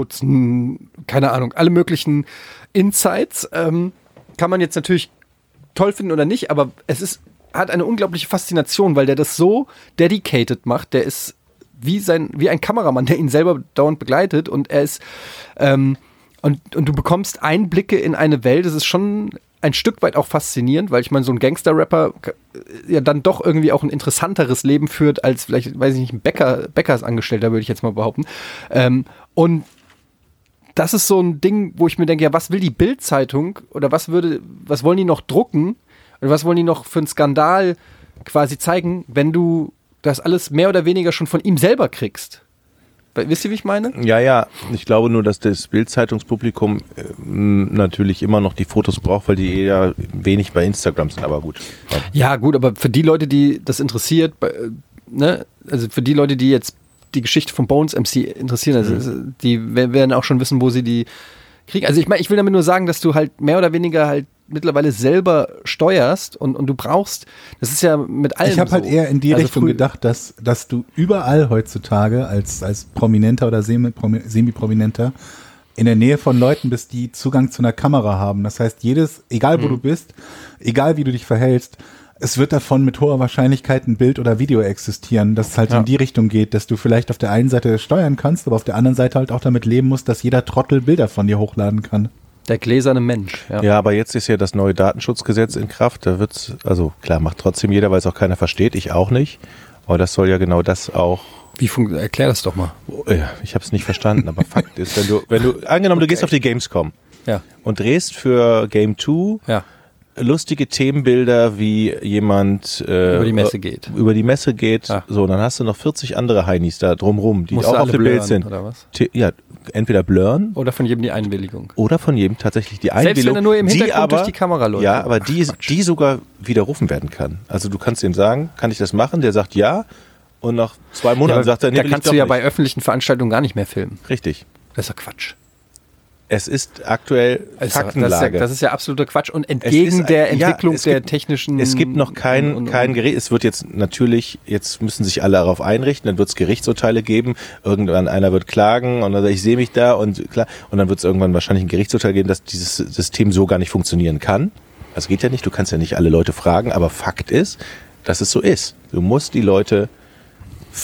putzen, keine Ahnung, alle möglichen Insights. Ähm, kann man jetzt natürlich toll finden oder nicht, aber es ist, hat eine unglaubliche Faszination, weil der das so dedicated macht. Der ist wie, sein, wie ein Kameramann, der ihn selber dauernd begleitet und er ist ähm, und, und du bekommst Einblicke in eine Welt. Das ist schon ein Stück weit auch faszinierend, weil ich meine, so ein Gangster-Rapper k- ja dann doch irgendwie auch ein interessanteres Leben führt als vielleicht, weiß ich nicht, ein Bäcker, Bäckersangestellter, würde ich jetzt mal behaupten. Ähm, und das ist so ein Ding, wo ich mir denke, ja, was will die Bild-Zeitung oder was würde, was wollen die noch drucken oder was wollen die noch für einen Skandal quasi zeigen, wenn du das alles mehr oder weniger schon von ihm selber kriegst? We- Wisst ihr, wie ich meine? Ja, ja. Ich glaube nur, dass das Bildzeitungspublikum ähm, natürlich immer noch die Fotos braucht, weil die eher wenig bei Instagram sind. Aber gut. Ja, gut, aber für die Leute, die das interessiert, bei, äh, ne, also für die Leute, die jetzt die Geschichte von Bones MC interessieren, also äh, Mhm. die wer- werden auch schon wissen, wo sie die kriegen. Also ich meine, ich will damit nur sagen, dass du halt mehr oder weniger halt mittlerweile selber steuerst und, und du brauchst, das ist ja mit allem Ich habe so. halt eher in die Also Richtung früh- gedacht, dass, dass du überall heutzutage als, als Prominenter oder Semi- Promi- Semi-Prominenter in der Nähe von Leuten bist, die Zugang zu einer Kamera haben. Das heißt, jedes, egal wo Mhm. du bist, egal wie du dich verhältst, es wird davon mit hoher Wahrscheinlichkeit ein Bild oder Video existieren, dass es halt in die Richtung geht, dass du vielleicht auf der einen Seite steuern kannst, aber auf der anderen Seite halt auch damit leben musst, dass jeder Trottel Bilder von dir hochladen kann. Der gläserne Mensch, ja. Ja, aber jetzt ist ja das neue Datenschutzgesetz in Kraft. Da wird's, also klar, macht trotzdem jeder, weil es auch keiner versteht. Ich auch nicht. Aber das soll ja genau das auch. Wie funktioniert, erklär das doch mal. Oh, ja, Ich habe es nicht verstanden, aber Fakt ist, wenn du, wenn du, angenommen, du gehst auf die Gamescom Ja, und drehst für Game 2 ja. lustige Themenbilder, wie jemand äh, Über die Messe geht. Über die Messe geht. Ah. So, und dann hast du noch 40 andere Heinis da drumrum, die Musst du auch auf alle dem Bild blurren, sind. oder was? T- Ja, entweder blurren Oder von jedem die Einwilligung. oder von jedem tatsächlich die Selbst Einwilligung, wenn er nur im die Hintergrund aber, durch die Kamera läuft. Ja, aber die, die sogar widerrufen werden kann. Also du kannst ihm sagen, kann ich das machen? Der sagt ja und nach zwei Monaten aber sagt er, nee, da will ich kannst doch du ja nicht. bei öffentlichen Veranstaltungen gar nicht mehr filmen. Richtig. Das ist doch Quatsch. Es ist aktuell Also, Das ist, ja, Faktenlage. das ist ja absoluter Quatsch und Es entgegen ist- der ja, Entwicklung es der gibt- technischen. Es gibt noch und- kein, und- kein Gericht. Es wird jetzt natürlich, jetzt müssen sich alle darauf einrichten, dann wird es Gerichtsurteile geben. Irgendwann einer wird klagen und dann sagt, ich sehe mich da und klar. Und dann wird es irgendwann wahrscheinlich ein Gerichtsurteil geben, dass dieses System so gar nicht funktionieren kann. Das geht ja nicht, du kannst ja nicht alle Leute fragen, aber Fakt ist, dass es so ist. Du musst die Leute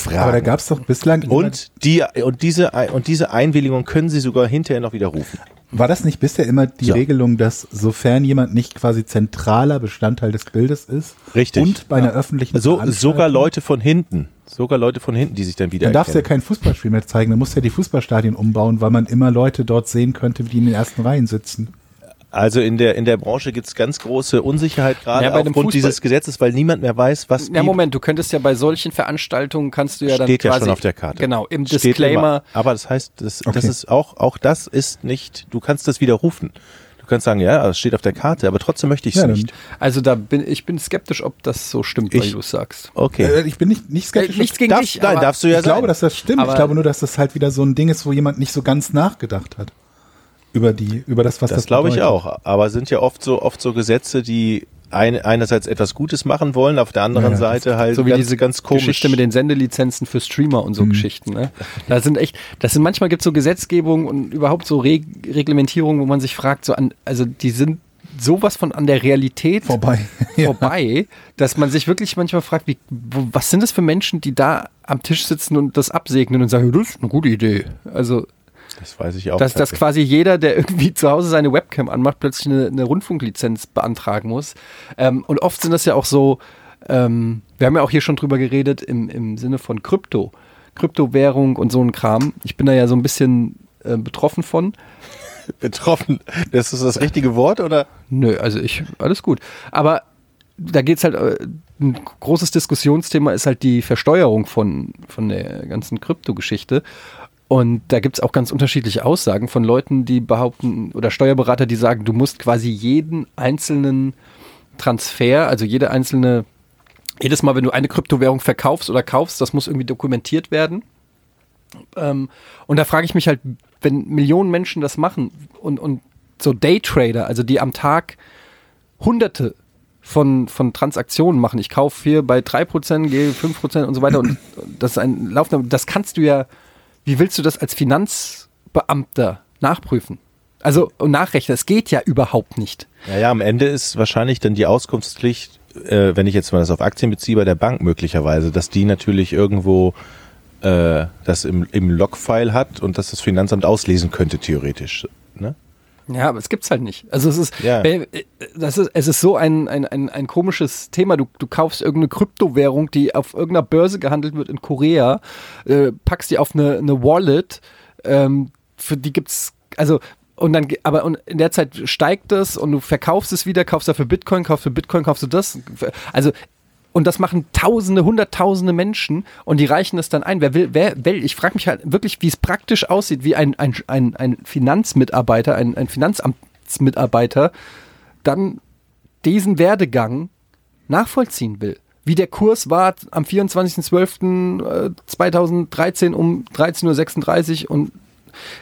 Aber da fragen. gab es doch bislang und die und diese und diese Einwilligung können sie sogar hinterher noch widerrufen. Immer, war das nicht bisher immer die Ja. Regelung, dass sofern jemand nicht quasi zentraler Bestandteil des Bildes ist Richtig. und bei einer öffentlichen So, Veranstaltung- sogar Leute von hinten, sogar Leute von hinten, die sich dann wieder Dann darfst du ja kein Fußballspiel mehr zeigen, dann musst du ja die Fußballstadien umbauen, weil man immer Leute dort sehen könnte, die in den ersten Reihen sitzen. Also in der, in der Branche gibt's ganz große Unsicherheit gerade Ja, bei dem aufgrund Fußball- dieses Gesetzes, weil niemand mehr weiß, was Na die- Moment, du könntest ja bei solchen Veranstaltungen kannst du ja dann steht ja quasi, schon auf der Karte. Genau, im Steht Disclaimer. Immer, aber das heißt, das, das Okay. ist auch, auch das ist nicht, du kannst das widerrufen. Du kannst sagen, ja, es steht auf der Karte, aber trotzdem möchte ich es Ja, dann- nicht. Also da bin ich bin skeptisch, ob das so stimmt, weil Ich- du es sagst. Okay. Äh, Ich bin nicht, nicht skeptisch. Äh, nichts gegen Darf, dich, nein, aber- darfst du ja ich glaube, sein. dass das stimmt. Aber- Ich glaube nur, dass das halt wieder so ein Ding ist, wo jemand nicht so ganz nachgedacht hat. Über die, über das, was das Das glaube ich bedeutet. auch. Aber sind ja oft so oft so Gesetze, die ein, einerseits etwas Gutes machen wollen, auf der anderen Ja, ja, Seite halt So wie ganz, diese ganz komisch. Hm. Geschichte mit den Sendelizenzen für Streamer und so Geschichten. Ne? Da sind echt, das sind manchmal gibt es so Gesetzgebungen und überhaupt so Reg Reglementierungen, wo man sich fragt, so an, also die sind sowas von an der Realität Vorbei. vorbei, dass man sich wirklich manchmal fragt, wie, wo, was sind das für Menschen, die da am Tisch sitzen und das absegnen und sagen, ja, das ist eine gute Idee. Also das weiß ich auch. dass, dass tatsächlich. quasi jeder, der irgendwie zu Hause seine Webcam anmacht, plötzlich eine, eine Rundfunklizenz beantragen muss. Ähm, und oft sind das ja auch so, ähm, wir haben ja auch hier schon drüber geredet, im, im Sinne von Krypto, Kryptowährung und so ein Kram. Ich bin da ja so ein bisschen äh, betroffen von. betroffen. Das ist das richtige Wort oder? Nö, also ich, alles gut. Aber da geht's halt, äh, ein großes Diskussionsthema ist halt die Versteuerung von, von der ganzen Kryptogeschichte. Und da gibt's auch ganz unterschiedliche Aussagen von Leuten, die behaupten, oder Steuerberater, die sagen, du musst quasi jeden einzelnen Transfer, also jede einzelne, jedes Mal, wenn du eine Kryptowährung verkaufst oder kaufst, das muss irgendwie dokumentiert werden. Ähm, und da frage ich mich halt, wenn Millionen Menschen das machen und, und so Daytrader, also die am Tag hunderte von, von Transaktionen machen. Ich kaufe hier bei 3%, gehe 5% und so weiter. Und das ist ein laufender, das kannst du ja, wie willst du das als Finanzbeamter nachprüfen? Also und nachrechnen, das geht ja überhaupt nicht. Naja, am Ende ist wahrscheinlich dann die Auskunftspflicht, äh, wenn ich jetzt mal das auf Aktien beziehe, bei der Bank möglicherweise, dass die natürlich irgendwo äh, das im, im Logfile hat und dass das Finanzamt auslesen könnte, theoretisch. Ne? Ja, aber es gibt's halt nicht. Also es ist, Ja. äh, das ist es ist so ein, ein, ein, ein komisches Thema. Du, du kaufst irgendeine Kryptowährung, die auf irgendeiner Börse gehandelt wird in Korea, äh, packst die auf eine, eine Wallet, ähm, für die gibt's also und dann ge- aber und in der Zeit steigt das und du verkaufst es wieder, kaufst dafür Bitcoin, kaufst für Bitcoin, kaufst du das. Also und das machen Tausende, Hunderttausende Menschen und die reichen das dann ein. Wer will, wer will? Ich frage mich halt wirklich, wie es praktisch aussieht, wie ein, ein, ein, ein Finanzmitarbeiter, ein, ein Finanzamtsmitarbeiter dann diesen Werdegang nachvollziehen will. Wie der Kurs war am 24.12.2013 um 13.36 Uhr und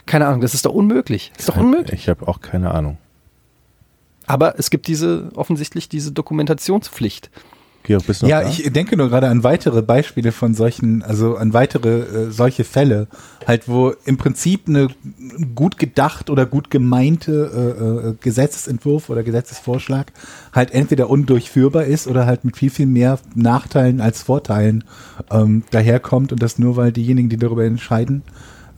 keine Ahnung, das ist doch unmöglich. Das ist doch unmöglich. Ich habe auch keine Ahnung. Aber es gibt diese, offensichtlich diese Dokumentationspflicht. Georg, bist du noch Ja, da? ich denke nur gerade an weitere Beispiele von solchen, also an weitere äh, solche Fälle, halt wo im Prinzip eine gut gedacht oder gut gemeinte äh, äh, Gesetzesentwurf oder Gesetzesvorschlag halt entweder undurchführbar ist oder halt mit viel, viel mehr Nachteilen als Vorteilen ähm, daherkommt und das nur, weil diejenigen, die darüber entscheiden,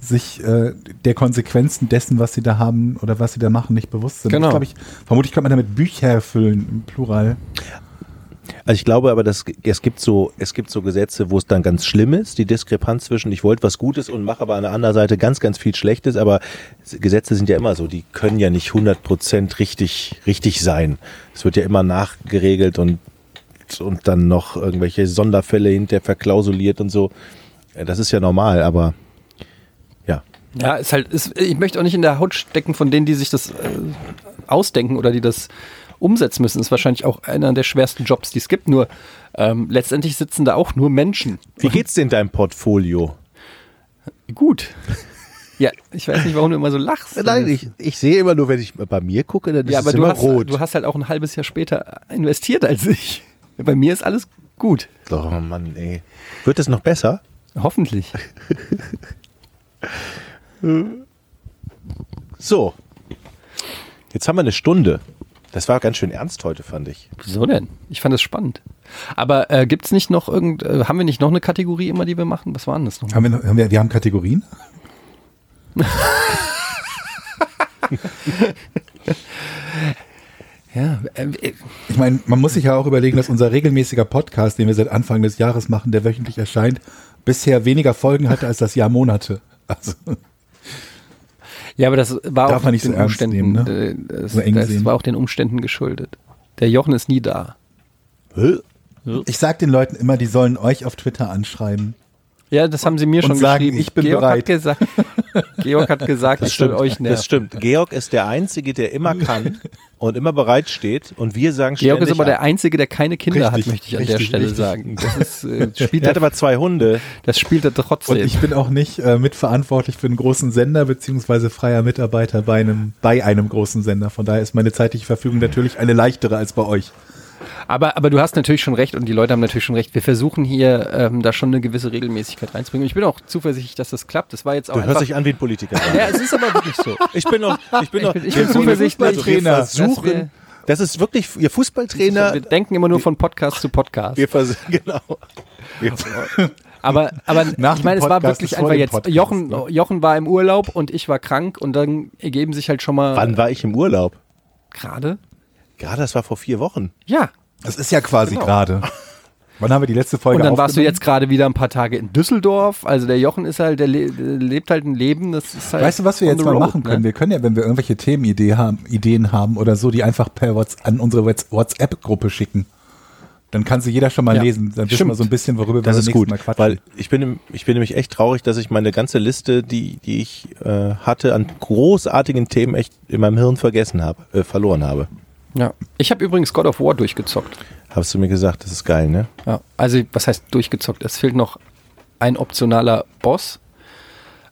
sich äh, der Konsequenzen dessen, was sie da haben oder was sie da machen, nicht bewusst sind. Genau. Das, glaub ich, vermutlich kann man damit Bücher füllen im Plural. Also ich glaube aber, dass es gibt so es gibt so Gesetze, wo es dann ganz schlimm ist, die Diskrepanz zwischen ich wollte was Gutes und mache aber an der anderen Seite ganz ganz viel Schlechtes. Aber Gesetze sind ja immer so, die können ja nicht 100 Prozent richtig richtig sein. Es wird ja immer nachgeregelt und und dann noch irgendwelche Sonderfälle hinter verklausuliert und so. Ja, Das ist ja normal, aber ja, Ja, ist halt, ist, ich möchte auch nicht in der Haut stecken von denen, die sich das äh, ausdenken oder die das umsetzen müssen. Ist wahrscheinlich auch einer der schwersten Jobs, die es gibt. Nur ähm, letztendlich sitzen da auch nur Menschen. wie geht's denn deinem Portfolio? Gut. Ja, ich weiß nicht, warum du immer so lachst. Nein, ich, ich sehe immer nur, wenn ich bei mir gucke, dann ist ja, aber es du immer hast, rot. du hast halt auch ein halbes Jahr später investiert als ich. Bei mir ist alles gut. oh Mann, ey. Wird es noch besser? Hoffentlich. So. Jetzt haben wir eine Stunde. Das war ganz schön ernst heute, fand ich. Wieso denn? Ich fand es spannend. Aber äh, gibt's nicht noch irgend, äh, haben wir nicht noch eine Kategorie immer, die wir machen? Was war denn das noch? Haben wir, noch- haben wir, wir haben Kategorien? Ja, äh, äh, Ich meine, man muss sich ja auch überlegen, dass unser regelmäßiger Podcast, den wir seit Anfang des Jahres machen, der wöchentlich erscheint, bisher weniger Folgen hatte als das Jahr Monate. Also, ja aber das war Darf auch man nicht so den ernst Umständen, nehmen, ne? äh, das, So eng das sehen. war auch den Umständen geschuldet. Der Jochen ist nie da. Hä? ich sag den Leuten immer, die sollen euch auf Twitter anschreiben. Ja, das haben sie mir Und schon sagen, geschrieben. ich bin Georg Hat bereit. gesagt, Georg hat gesagt, ich soll euch nerven. das stimmt. Georg ist der Einzige, der immer kann und immer bereit steht. Und wir sagen Georg ständig ist aber der ab. Einzige, der keine Kinder hat, Richtig, möchte ich an der richtig, Stelle richtig. sagen. Das, ist, äh, spielt Der hat er, aber zwei Hunde. das spielt er trotzdem. Und ich bin auch nicht äh, mitverantwortlich für einen großen Sender beziehungsweise freier Mitarbeiter bei einem, bei einem großen Sender. Von daher ist meine zeitliche Verfügung natürlich eine leichtere als bei euch. Aber, aber du hast natürlich schon recht und die Leute haben natürlich schon recht. Wir versuchen hier ähm, da schon eine gewisse Regelmäßigkeit reinzubringen. Und ich bin auch zuversichtlich, dass das klappt. Das war jetzt auch. Du hörst einfach- dich an wie ein Politiker. ja, es ist aber wirklich so. Ich bin noch, ich bin noch, bin- ich wir bin sind zuversichtlich, Fußballtrainer. dass wir- Versuchen. das ist wirklich ihr Fußballtrainer. wir denken immer nur von Podcast zu Podcast. Wir vers genau. Wir, Aber, aber Nach ich meine, dem es war Podcast wirklich ist vor einfach dem jetzt. Podcast, Jochen, ne? Jochen war im Urlaub und ich war krank und dann ergeben sich halt schon mal wann war ich im Urlaub? gerade. Ja, das war vor vier Wochen. Ja. Das ist ja quasi gerade. Wann haben wir die letzte Folge Genau. Und dann warst du aufgenommen? jetzt gerade wieder ein paar Tage in Düsseldorf. Also der Jochen ist halt, der le lebt halt ein Leben. Das ist halt Weißt du, was wir on jetzt the mal road, machen können? Ne? Wir können ja, wenn wir irgendwelche Themenideen haben, Ideen haben oder so, die einfach per Whats an unsere Whats- WhatsApp-Gruppe schicken. Dann kann sie jeder schon mal Ja, lesen. Dann wissen wir stimmt. so ein bisschen, worüber wir Das beim ist nächsten gut, Also Mal quatschen. weil ich bin, ich bin nämlich echt traurig, dass ich meine ganze Liste, die, die ich äh, hatte, an großartigen Themen echt in meinem Hirn vergessen habe, äh, verloren habe. Ja. Ich habe übrigens God of War durchgezockt. Hast du mir gesagt, das ist geil, ne? Ja, also was heißt durchgezockt? Es fehlt noch ein optionaler Boss,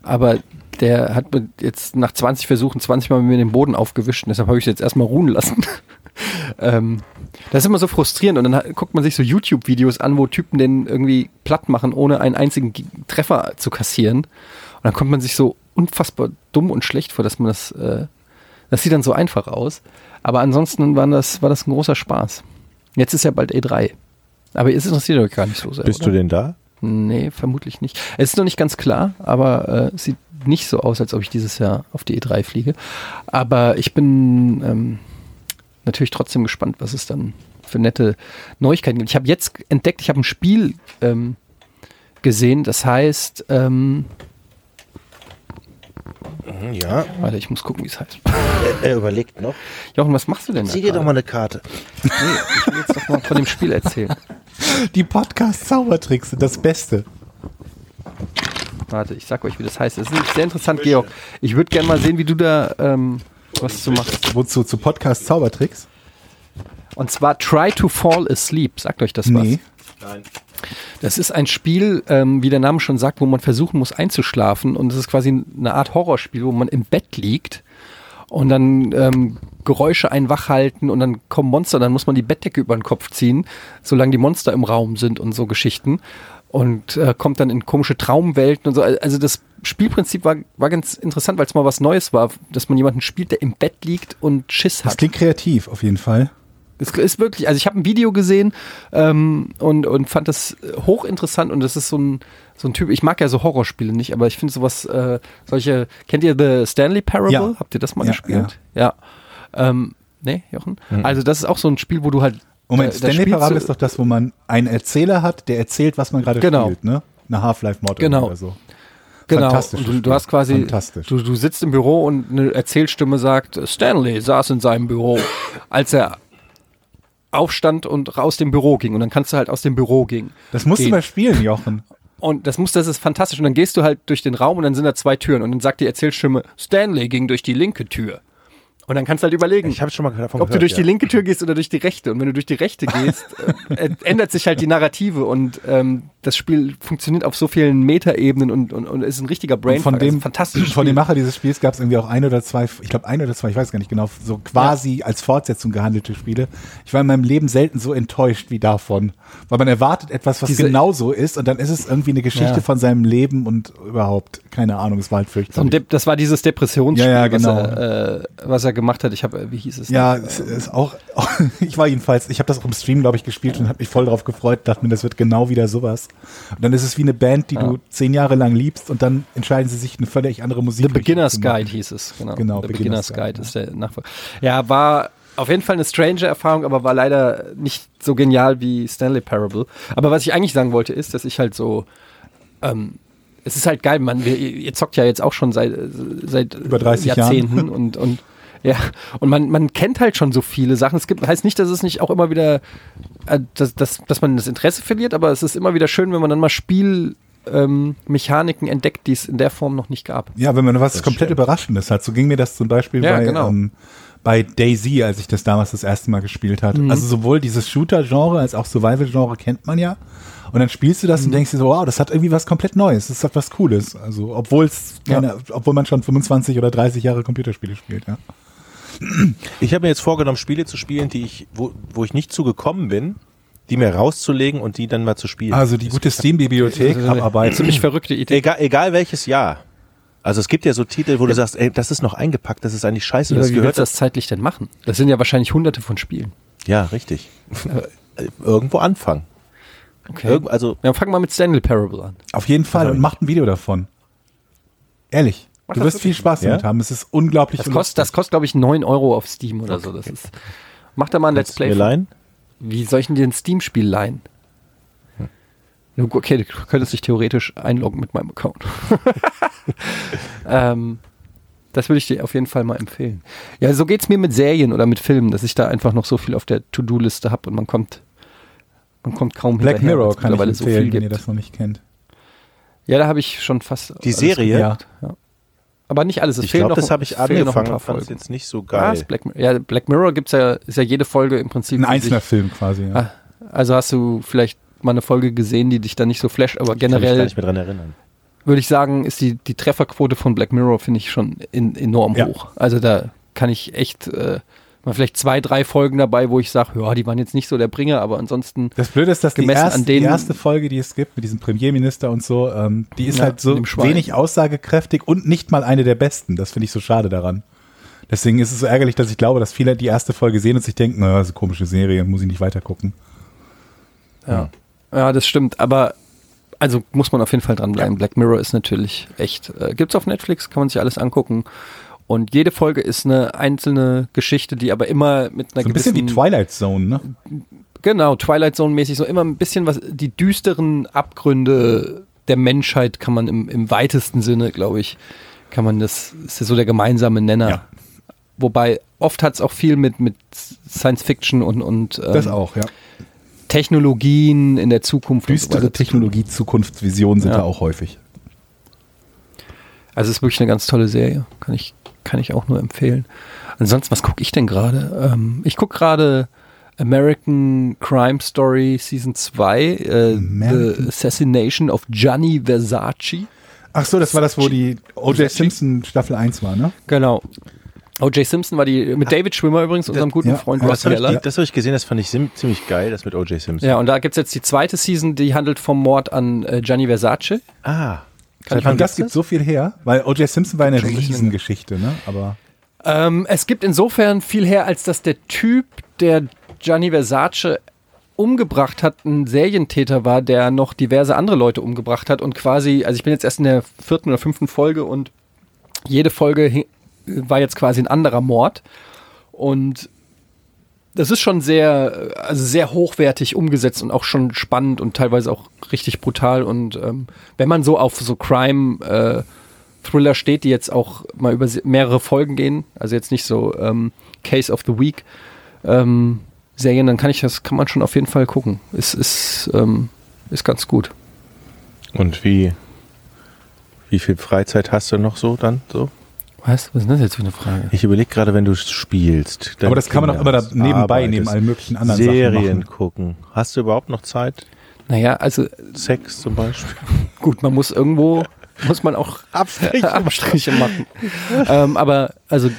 aber der hat mir jetzt nach 20 Versuchen 20 Mal mit mir den Boden aufgewischt und deshalb habe ich es jetzt erstmal ruhen lassen. ähm, das ist immer so frustrierend und dann hat, guckt man sich so YouTube-Videos an, wo Typen den irgendwie platt machen, ohne einen einzigen G- Treffer zu kassieren. Und dann kommt man sich so unfassbar dumm und schlecht vor, dass man das, äh, das sieht dann so einfach aus. Aber ansonsten waren das, war das ein großer Spaß. Jetzt ist ja bald E3. Aber es interessiert euch gar nicht so sehr. Bist oder? du denn da? Nee, vermutlich nicht. Es ist noch nicht ganz klar, aber äh, es sieht nicht so aus, als ob ich dieses Jahr auf die E3 fliege. Aber ich bin ähm, natürlich trotzdem gespannt, was es dann für nette Neuigkeiten gibt. Ich habe jetzt entdeckt, ich habe ein Spiel ähm, gesehen, das heißt, ähm, Hm, Ja, warte, ich muss gucken, wie es heißt. er überlegt noch. Jochen, was machst du denn da? gerade? eine Karte. Ich will jetzt doch mal von dem Spiel erzählen. die Podcast-Zaubertricks sind das Beste. Warte, ich sag euch, wie das heißt. Es ist nämlich sehr interessant, Georg. Ich würde gerne mal sehen, wie du da ähm, was zu machst. Wozu? Zu Podcast-Zaubertricks? Und zwar Try to Fall Asleep. Sagt euch das Nee. was? Das ist ein Spiel, ähm, wie der Name schon sagt, wo man versuchen muss einzuschlafen. Und es ist quasi eine Art Horrorspiel, wo man im Bett liegt und dann ähm, Geräusche einen wachhalten und dann kommen Monster. Dann muss man die Bettdecke über den Kopf ziehen, solange die Monster im Raum sind und so Geschichten. Und äh, kommt dann in komische Traumwelten und so. Also das Spielprinzip war, war ganz interessant, weil es mal was Neues war, dass man jemanden spielt, der im Bett liegt und Schiss Das hat. klingt kreativ, auf jeden Fall. Es ist wirklich, also ich habe ein Video gesehen ähm, und, und fand das hochinteressant und das ist so ein, so ein Typ, ich mag ja so Horrorspiele nicht, aber ich finde sowas, äh, solche, kennt ihr The Stanley Parable? Ja. Habt ihr das mal Ja, Mhm. gespielt? Ja. Ähm, nee, Jochen? Also das ist auch so ein Spiel, wo du halt da- Moment, da Stanley spielst Parable du- ist doch das, wo man einen Erzähler hat, der erzählt, was man gerade Genau. spielt, ne? Eine Half-Life-Mod Genau. oder so. Genau, Fantastisches und du, Spiel. du hast quasi, Fantastisch. du, du sitzt im Büro und eine Erzählstimme sagt, Stanley saß in seinem Büro, als er aufstand und aus dem Büro ging. Und dann kannst du halt aus dem Büro gehen. Das musst du gehen. mal spielen, Jochen. Und das muss, das ist fantastisch. Und dann gehst du halt durch den Raum und dann sind da zwei Türen. Und dann sagt die Erzählstimme, Stanley ging durch die linke Tür. Und dann kannst du halt überlegen, Ich habe schon mal davon ob gehört. du durch ja. die linke Tür gehst oder durch die rechte. Und wenn du durch die rechte gehst, äh, äh, ändert sich halt die Narrative und ähm, das Spiel funktioniert auf so vielen Metaebenen und, und, und ist ein richtiger Also Brain. von dem, fantastisch. von dem Macher dieses Spiels gab es irgendwie auch ein oder zwei, ich glaube ein oder zwei, ich weiß gar nicht genau, so quasi als Fortsetzung gehandelte Spiele. Ich war in meinem Leben selten so enttäuscht wie davon, weil man erwartet etwas, was Diese- genauso ist und dann ist es irgendwie eine Geschichte Ja. von seinem Leben und überhaupt keine Ahnung, es war halt so ein fürchterlich. Dep- das war dieses Depressionsspiel, Ja, ja, genau. was, er, äh, was er gemacht hat. Ich habe, äh, wie hieß es? Ja, es ist auch, ich war jedenfalls, ich habe das auch im Stream, glaube ich, gespielt und habe mich voll drauf gefreut, dachte mir, das wird genau wieder sowas. Und dann ist es wie eine Band, die du zehn Jahre lang liebst und dann entscheiden sie sich eine völlig andere Musik. The Beginner's Guide hieß es, genau. Genau, The Beginner's, Beginner's Guide, Guide ist der Nachfolger. Ja, war auf jeden Fall eine strange Erfahrung, aber war leider nicht so genial wie Stanley Parable. Aber was ich eigentlich sagen wollte, ist, dass ich halt so. Ähm, es ist halt geil, man, wir, ihr zockt ja jetzt auch schon seit, seit Über 30 Jahren. Jahrzehnten und. und ja, und man, man kennt halt schon so viele Sachen. Es gibt, heißt nicht, dass es nicht auch immer wieder, äh, dass, dass, dass man das Interesse verliert, aber es ist immer wieder schön, wenn man dann mal Spielmechaniken ähm, Mechaniken entdeckt, die es in der Form noch nicht gab. Ja, wenn man was komplett stimmt. Überraschendes hat. So ging mir das zum Beispiel Ja, bei, genau. ähm, bei Daisy, als ich das damals das erste Mal gespielt hatte. Also sowohl dieses Shooter-Genre als auch Survival-Genre kennt man ja. Und dann spielst du das und denkst dir so, wow, das hat irgendwie was komplett Neues, das hat was Cooles. Also, obwohl es, Ja. keine- obwohl man schon 25 oder 30 Jahre Computerspiele spielt, ja. Ich habe mir jetzt vorgenommen, Spiele zu spielen, die ich, wo, wo ich nicht zugekommen bin, die mir rauszulegen und die dann mal zu spielen. Also die gute Steam-Bibliothek abarbeiten. Also, Ziemlich verrückte Idee. egal, egal welches Jahr. Also es gibt ja so Titel, wo du sagst, ey, das ist noch eingepackt, das ist eigentlich scheiße, Aber das wie willst gehört du das zeitlich denn machen? Das sind ja wahrscheinlich hunderte von Spielen. Ja, richtig. Irgendwo anfangen. Okay. Irgend, also Ja, fang mal mit Stanley Parable an. Auf jeden Fall und macht ein Video davon. Ehrlich. Du wirst viel Spaß damit Ja? haben. Es ist unglaublich Das kostet, das kostet glaube ich, 9 Euro auf Steam oder so. Das ist, mach da mal ein Let's kannst du mir Play. von. leihen? Wie soll ich denn dir ein Steam-Spiel leihen? Na gut, Hm. Okay, du könntest dich theoretisch einloggen mit meinem Account. ähm, das würde ich dir auf jeden Fall mal empfehlen. Ja, so geht es mir mit Serien oder mit Filmen, dass ich da einfach noch so viel auf der To-Do-Liste habe und man kommt, man kommt kaum Black hinterher, Mirror weil's kann ich mittlerweile empfehlen, wenn ihr gibt. das noch nicht kennt. Ja, da habe ich schon fast. Die alles Serie? geguckt, Ja. Aber nicht alles. Es Ich fehlen glaube, noch- das habe ich es fehlen noch angefangen ein paar und fand es Folgen. jetzt nicht so geil. Was? Black, Mirror- ja, Black Mirror gibt's ja, ist ja jede Folge im Prinzip. Ein für einzelner sich. Film quasi, ja. Ah, Also hast du vielleicht mal eine Folge gesehen, die dich dann nicht so flasht, aber Kann mich gar generell nicht mehr dran erinnern. würde ich sagen, ist die, die Trefferquote von Black Mirror, finde ich, schon in, enorm Ja. hoch. Also da kann ich echt äh, mal vielleicht zwei, drei Folgen dabei, wo ich sage, ja, die waren jetzt nicht so der Bringer, aber ansonsten Das Blöde ist, dass die Gemessen erste, an denen- die erste Folge, die es gibt, mit diesem Premierminister und so, ähm, die ist Ja, halt so dem Schwein. wenig aussagekräftig und nicht mal eine der besten. Das finde ich so schade daran. Deswegen ist es so ärgerlich, dass ich glaube, dass viele die erste Folge sehen und sich denken, naja, so komische Serie, muss ich nicht weitergucken. Ja. ja, das stimmt. Aber also muss man auf jeden Fall dranbleiben. Black Mirror ist natürlich echt. Äh, gibt's auf Netflix, kann man sich alles angucken. Und jede Folge ist eine einzelne Geschichte, die aber immer mit einer So ein gewissen bisschen wie Twilight Zone, ne? genau Twilight Zone mäßig so immer ein bisschen was die düsteren Abgründe der Menschheit kann man im, im weitesten Sinne, glaube ich, kann man das ist ja so der gemeinsame Nenner. Ja. Wobei oft hat's auch viel mit mit Science Fiction und und ähm, Das auch, ja. Technologien in der Zukunft und so Düstere weiter zu tun. Technologie, Zukunftsvisionen sind Ja. da auch häufig. Also es ist wirklich eine ganz tolle Serie. Kann ich, kann ich auch nur empfehlen. Ansonsten, was gucke ich denn gerade? Ähm, ich gucke gerade American Crime Story Season 2, äh, American- The Assassination of Gianni Versace. Ach so, das war das, wo die O.J. Simpson Staffel 1 war, ne? Genau. O.J. Simpson war die, mit David Schwimmer übrigens, unserem guten ja, Freund ja, Ross Das habe ich, Geller. die- das hab ich gesehen, das fand ich sim- ziemlich geil, das mit O.J. Simpson. Ja, und da gibt es jetzt die zweite Season, die handelt vom Mord an äh, Gianni Versace. Ah. Kann Und das gibt so viel her, weil O.J. Simpson war eine Riesengeschichte, ne? Aber Ähm, es gibt insofern viel her, als dass der Typ, der Gianni Versace umgebracht hat, ein Serientäter war, der noch diverse andere Leute umgebracht hat und quasi, also ich bin jetzt erst in der vierten oder fünften Folge und jede Folge hi- war jetzt quasi ein anderer Mord und das ist schon sehr, äh, also sehr hochwertig umgesetzt und auch schon spannend und teilweise auch richtig brutal und ähm, wenn man so auf so Crime äh, Thriller steht, die jetzt auch mal über se- mehrere Folgen gehen, also jetzt nicht so ähm, Case of the Week ähm, Serien, dann kann ich das, kann man schon auf jeden Fall gucken. Es ist, ähm, ist ganz gut. Und wie, wie viel Freizeit hast du noch so dann? So? Was? Was ist das jetzt für eine Frage? Ich überlege gerade, wenn du spielst. deine Aber das kann man Kinder auch immer da hast, nebenbei, arbeitest, neben allen möglichen anderen Sachen Serien machen. gucken. Hast du überhaupt noch Zeit? Naja, also Sex zum Beispiel? gut, man muss irgendwo, muss man auch Abstriche. Abstriche machen. ähm, aber also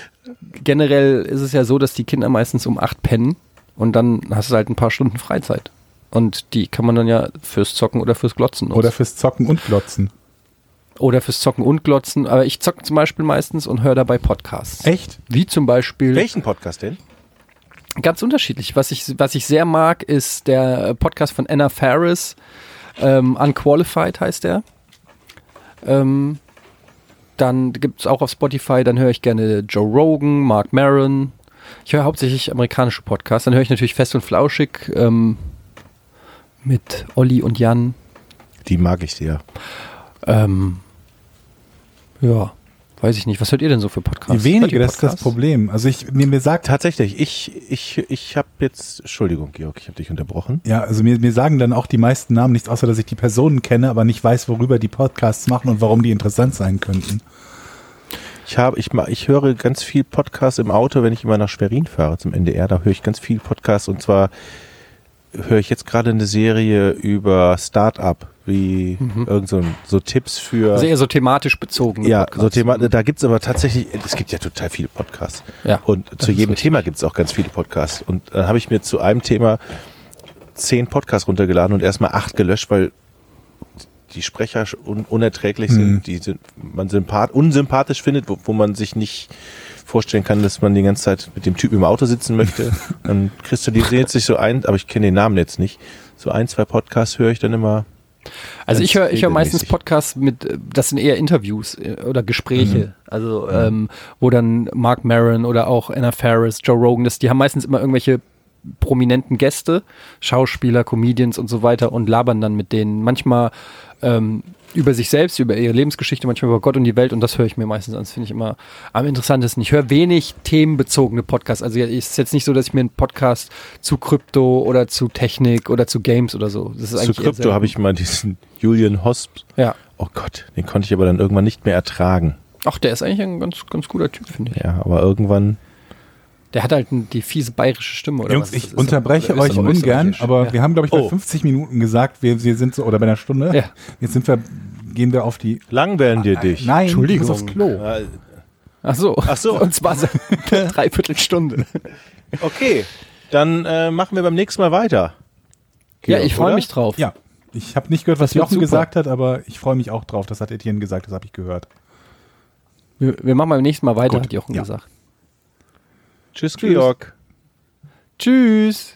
generell ist es ja so, dass die Kinder meistens um acht pennen und dann hast du halt ein paar Stunden Freizeit. Und die kann man dann ja fürs Zocken oder fürs Glotzen nutzen. Oder fürs Zocken und Glotzen. oder fürs Zocken und Glotzen. Aber ich zocke zum Beispiel meistens und höre dabei Podcasts. Echt? Wie zum Beispiel Welchen Podcast denn? ganz unterschiedlich. Was ich, was ich sehr mag, ist der Podcast von Anna Faris. Ähm, Unqualified heißt der. Ähm, dann gibt es auch auf Spotify, dann höre ich gerne Joe Rogan, Mark Maron. Ich höre hauptsächlich amerikanische Podcasts. Dann höre ich natürlich Fest und Flauschig ähm, mit Olli und Jan. Die mag ich sehr. Ähm, ja, weiß ich nicht. Was hört ihr denn so für Podcasts? Hört Wenige, ihr das ist das Podcasts? Problem. Also ich, mir, mir sagt Tatsächlich, ich, ich, ich habe jetzt, Entschuldigung, Georg, ich habe dich unterbrochen. Ja, also mir, mir sagen dann auch die meisten Namen nichts, außer dass ich die Personen kenne, aber nicht weiß, worüber die Podcasts machen und warum die interessant sein könnten. Ich habe, ich ma- ich höre ganz viel Podcasts im Auto, wenn ich immer nach Schwerin fahre zum NDR. Da höre ich ganz viel Podcasts und zwar höre ich jetzt gerade eine Serie über Start-up, wie irgend so, ein- so Tipps für. Also eher so thematisch bezogen. ja, so Thema, da gibt's aber tatsächlich, es gibt ja total viele Podcasts. Ja, das und zu ist jedem richtig. Thema gibt's auch ganz viele Podcasts. Und dann habe ich mir zu einem Thema zehn Podcasts runtergeladen und erstmal acht gelöscht, weil die Sprecher un unerträglich sind, Hm. die sind, man sympath unsympathisch findet, wo, wo man sich nicht vorstellen kann, dass man die ganze Zeit mit dem Typ im Auto sitzen möchte. Dann kristallisiert sich so ein, aber ich kenne den Namen jetzt nicht. So ein, zwei Podcasts höre ich dann immer. Also ich höre ich hör Ganz meistens regelmäßig. Podcasts mit, äh, das sind eher Interviews äh, oder Gespräche, Mhm. also ähm, wo dann Mark Maron oder auch Anna Faris, Joe Rogan, das, die haben meistens immer irgendwelche prominenten Gäste, Schauspieler, Comedians und so weiter und labern dann mit denen manchmal ähm, über sich selbst, über ihre Lebensgeschichte, manchmal über Gott und die Welt und das höre ich mir meistens an. Das finde ich immer am interessantesten. Ich höre wenig themenbezogene Podcasts. Also ja, es ist jetzt nicht so, dass ich mir einen Podcast zu Krypto oder zu Technik oder zu Games oder so. Das ist Zu eigentlich eher Krypto selten. habe ich mal diesen Julian Hosp ja. Oh Gott, den konnte ich aber dann irgendwann nicht mehr ertragen. Ach, der ist eigentlich ein ganz, ganz guter Typ, finde ich. Ja, aber irgendwann. Der hat halt ein, die fiese bayerische Stimme, oder Jungs, was? Das ich ist unterbreche aber- euch ist aber ungern, österreichisch. aber ja. wir haben, glaube ich, bei Oh. 50 Minuten gesagt, wir, wir sind so, oder bei einer Stunde. Ja. Jetzt sind wir, gehen wir auf die. Lang werden Äh, dir dich. Nein, Entschuldigung. ich muss aufs Klo. Äh, Ach so. Ach so. Und zwar seit einer Dreiviertelstunde. Okay, dann äh, machen wir beim nächsten Mal weiter. ja, Georg, ich freue oder? mich drauf. Ja, ich habe nicht gehört, was Das wird Jochen super. gesagt hat, aber ich freue mich auch drauf. Das hat Etienne gesagt, das habe ich gehört. Wir, wir machen beim nächsten Mal weiter, Gut, hat Jochen ja. gesagt. Tschüss, Georg. Tschüss.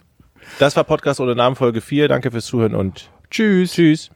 Das war Podcast ohne Namen Folge 4. Danke fürs Zuhören und Tschüss. tschüss.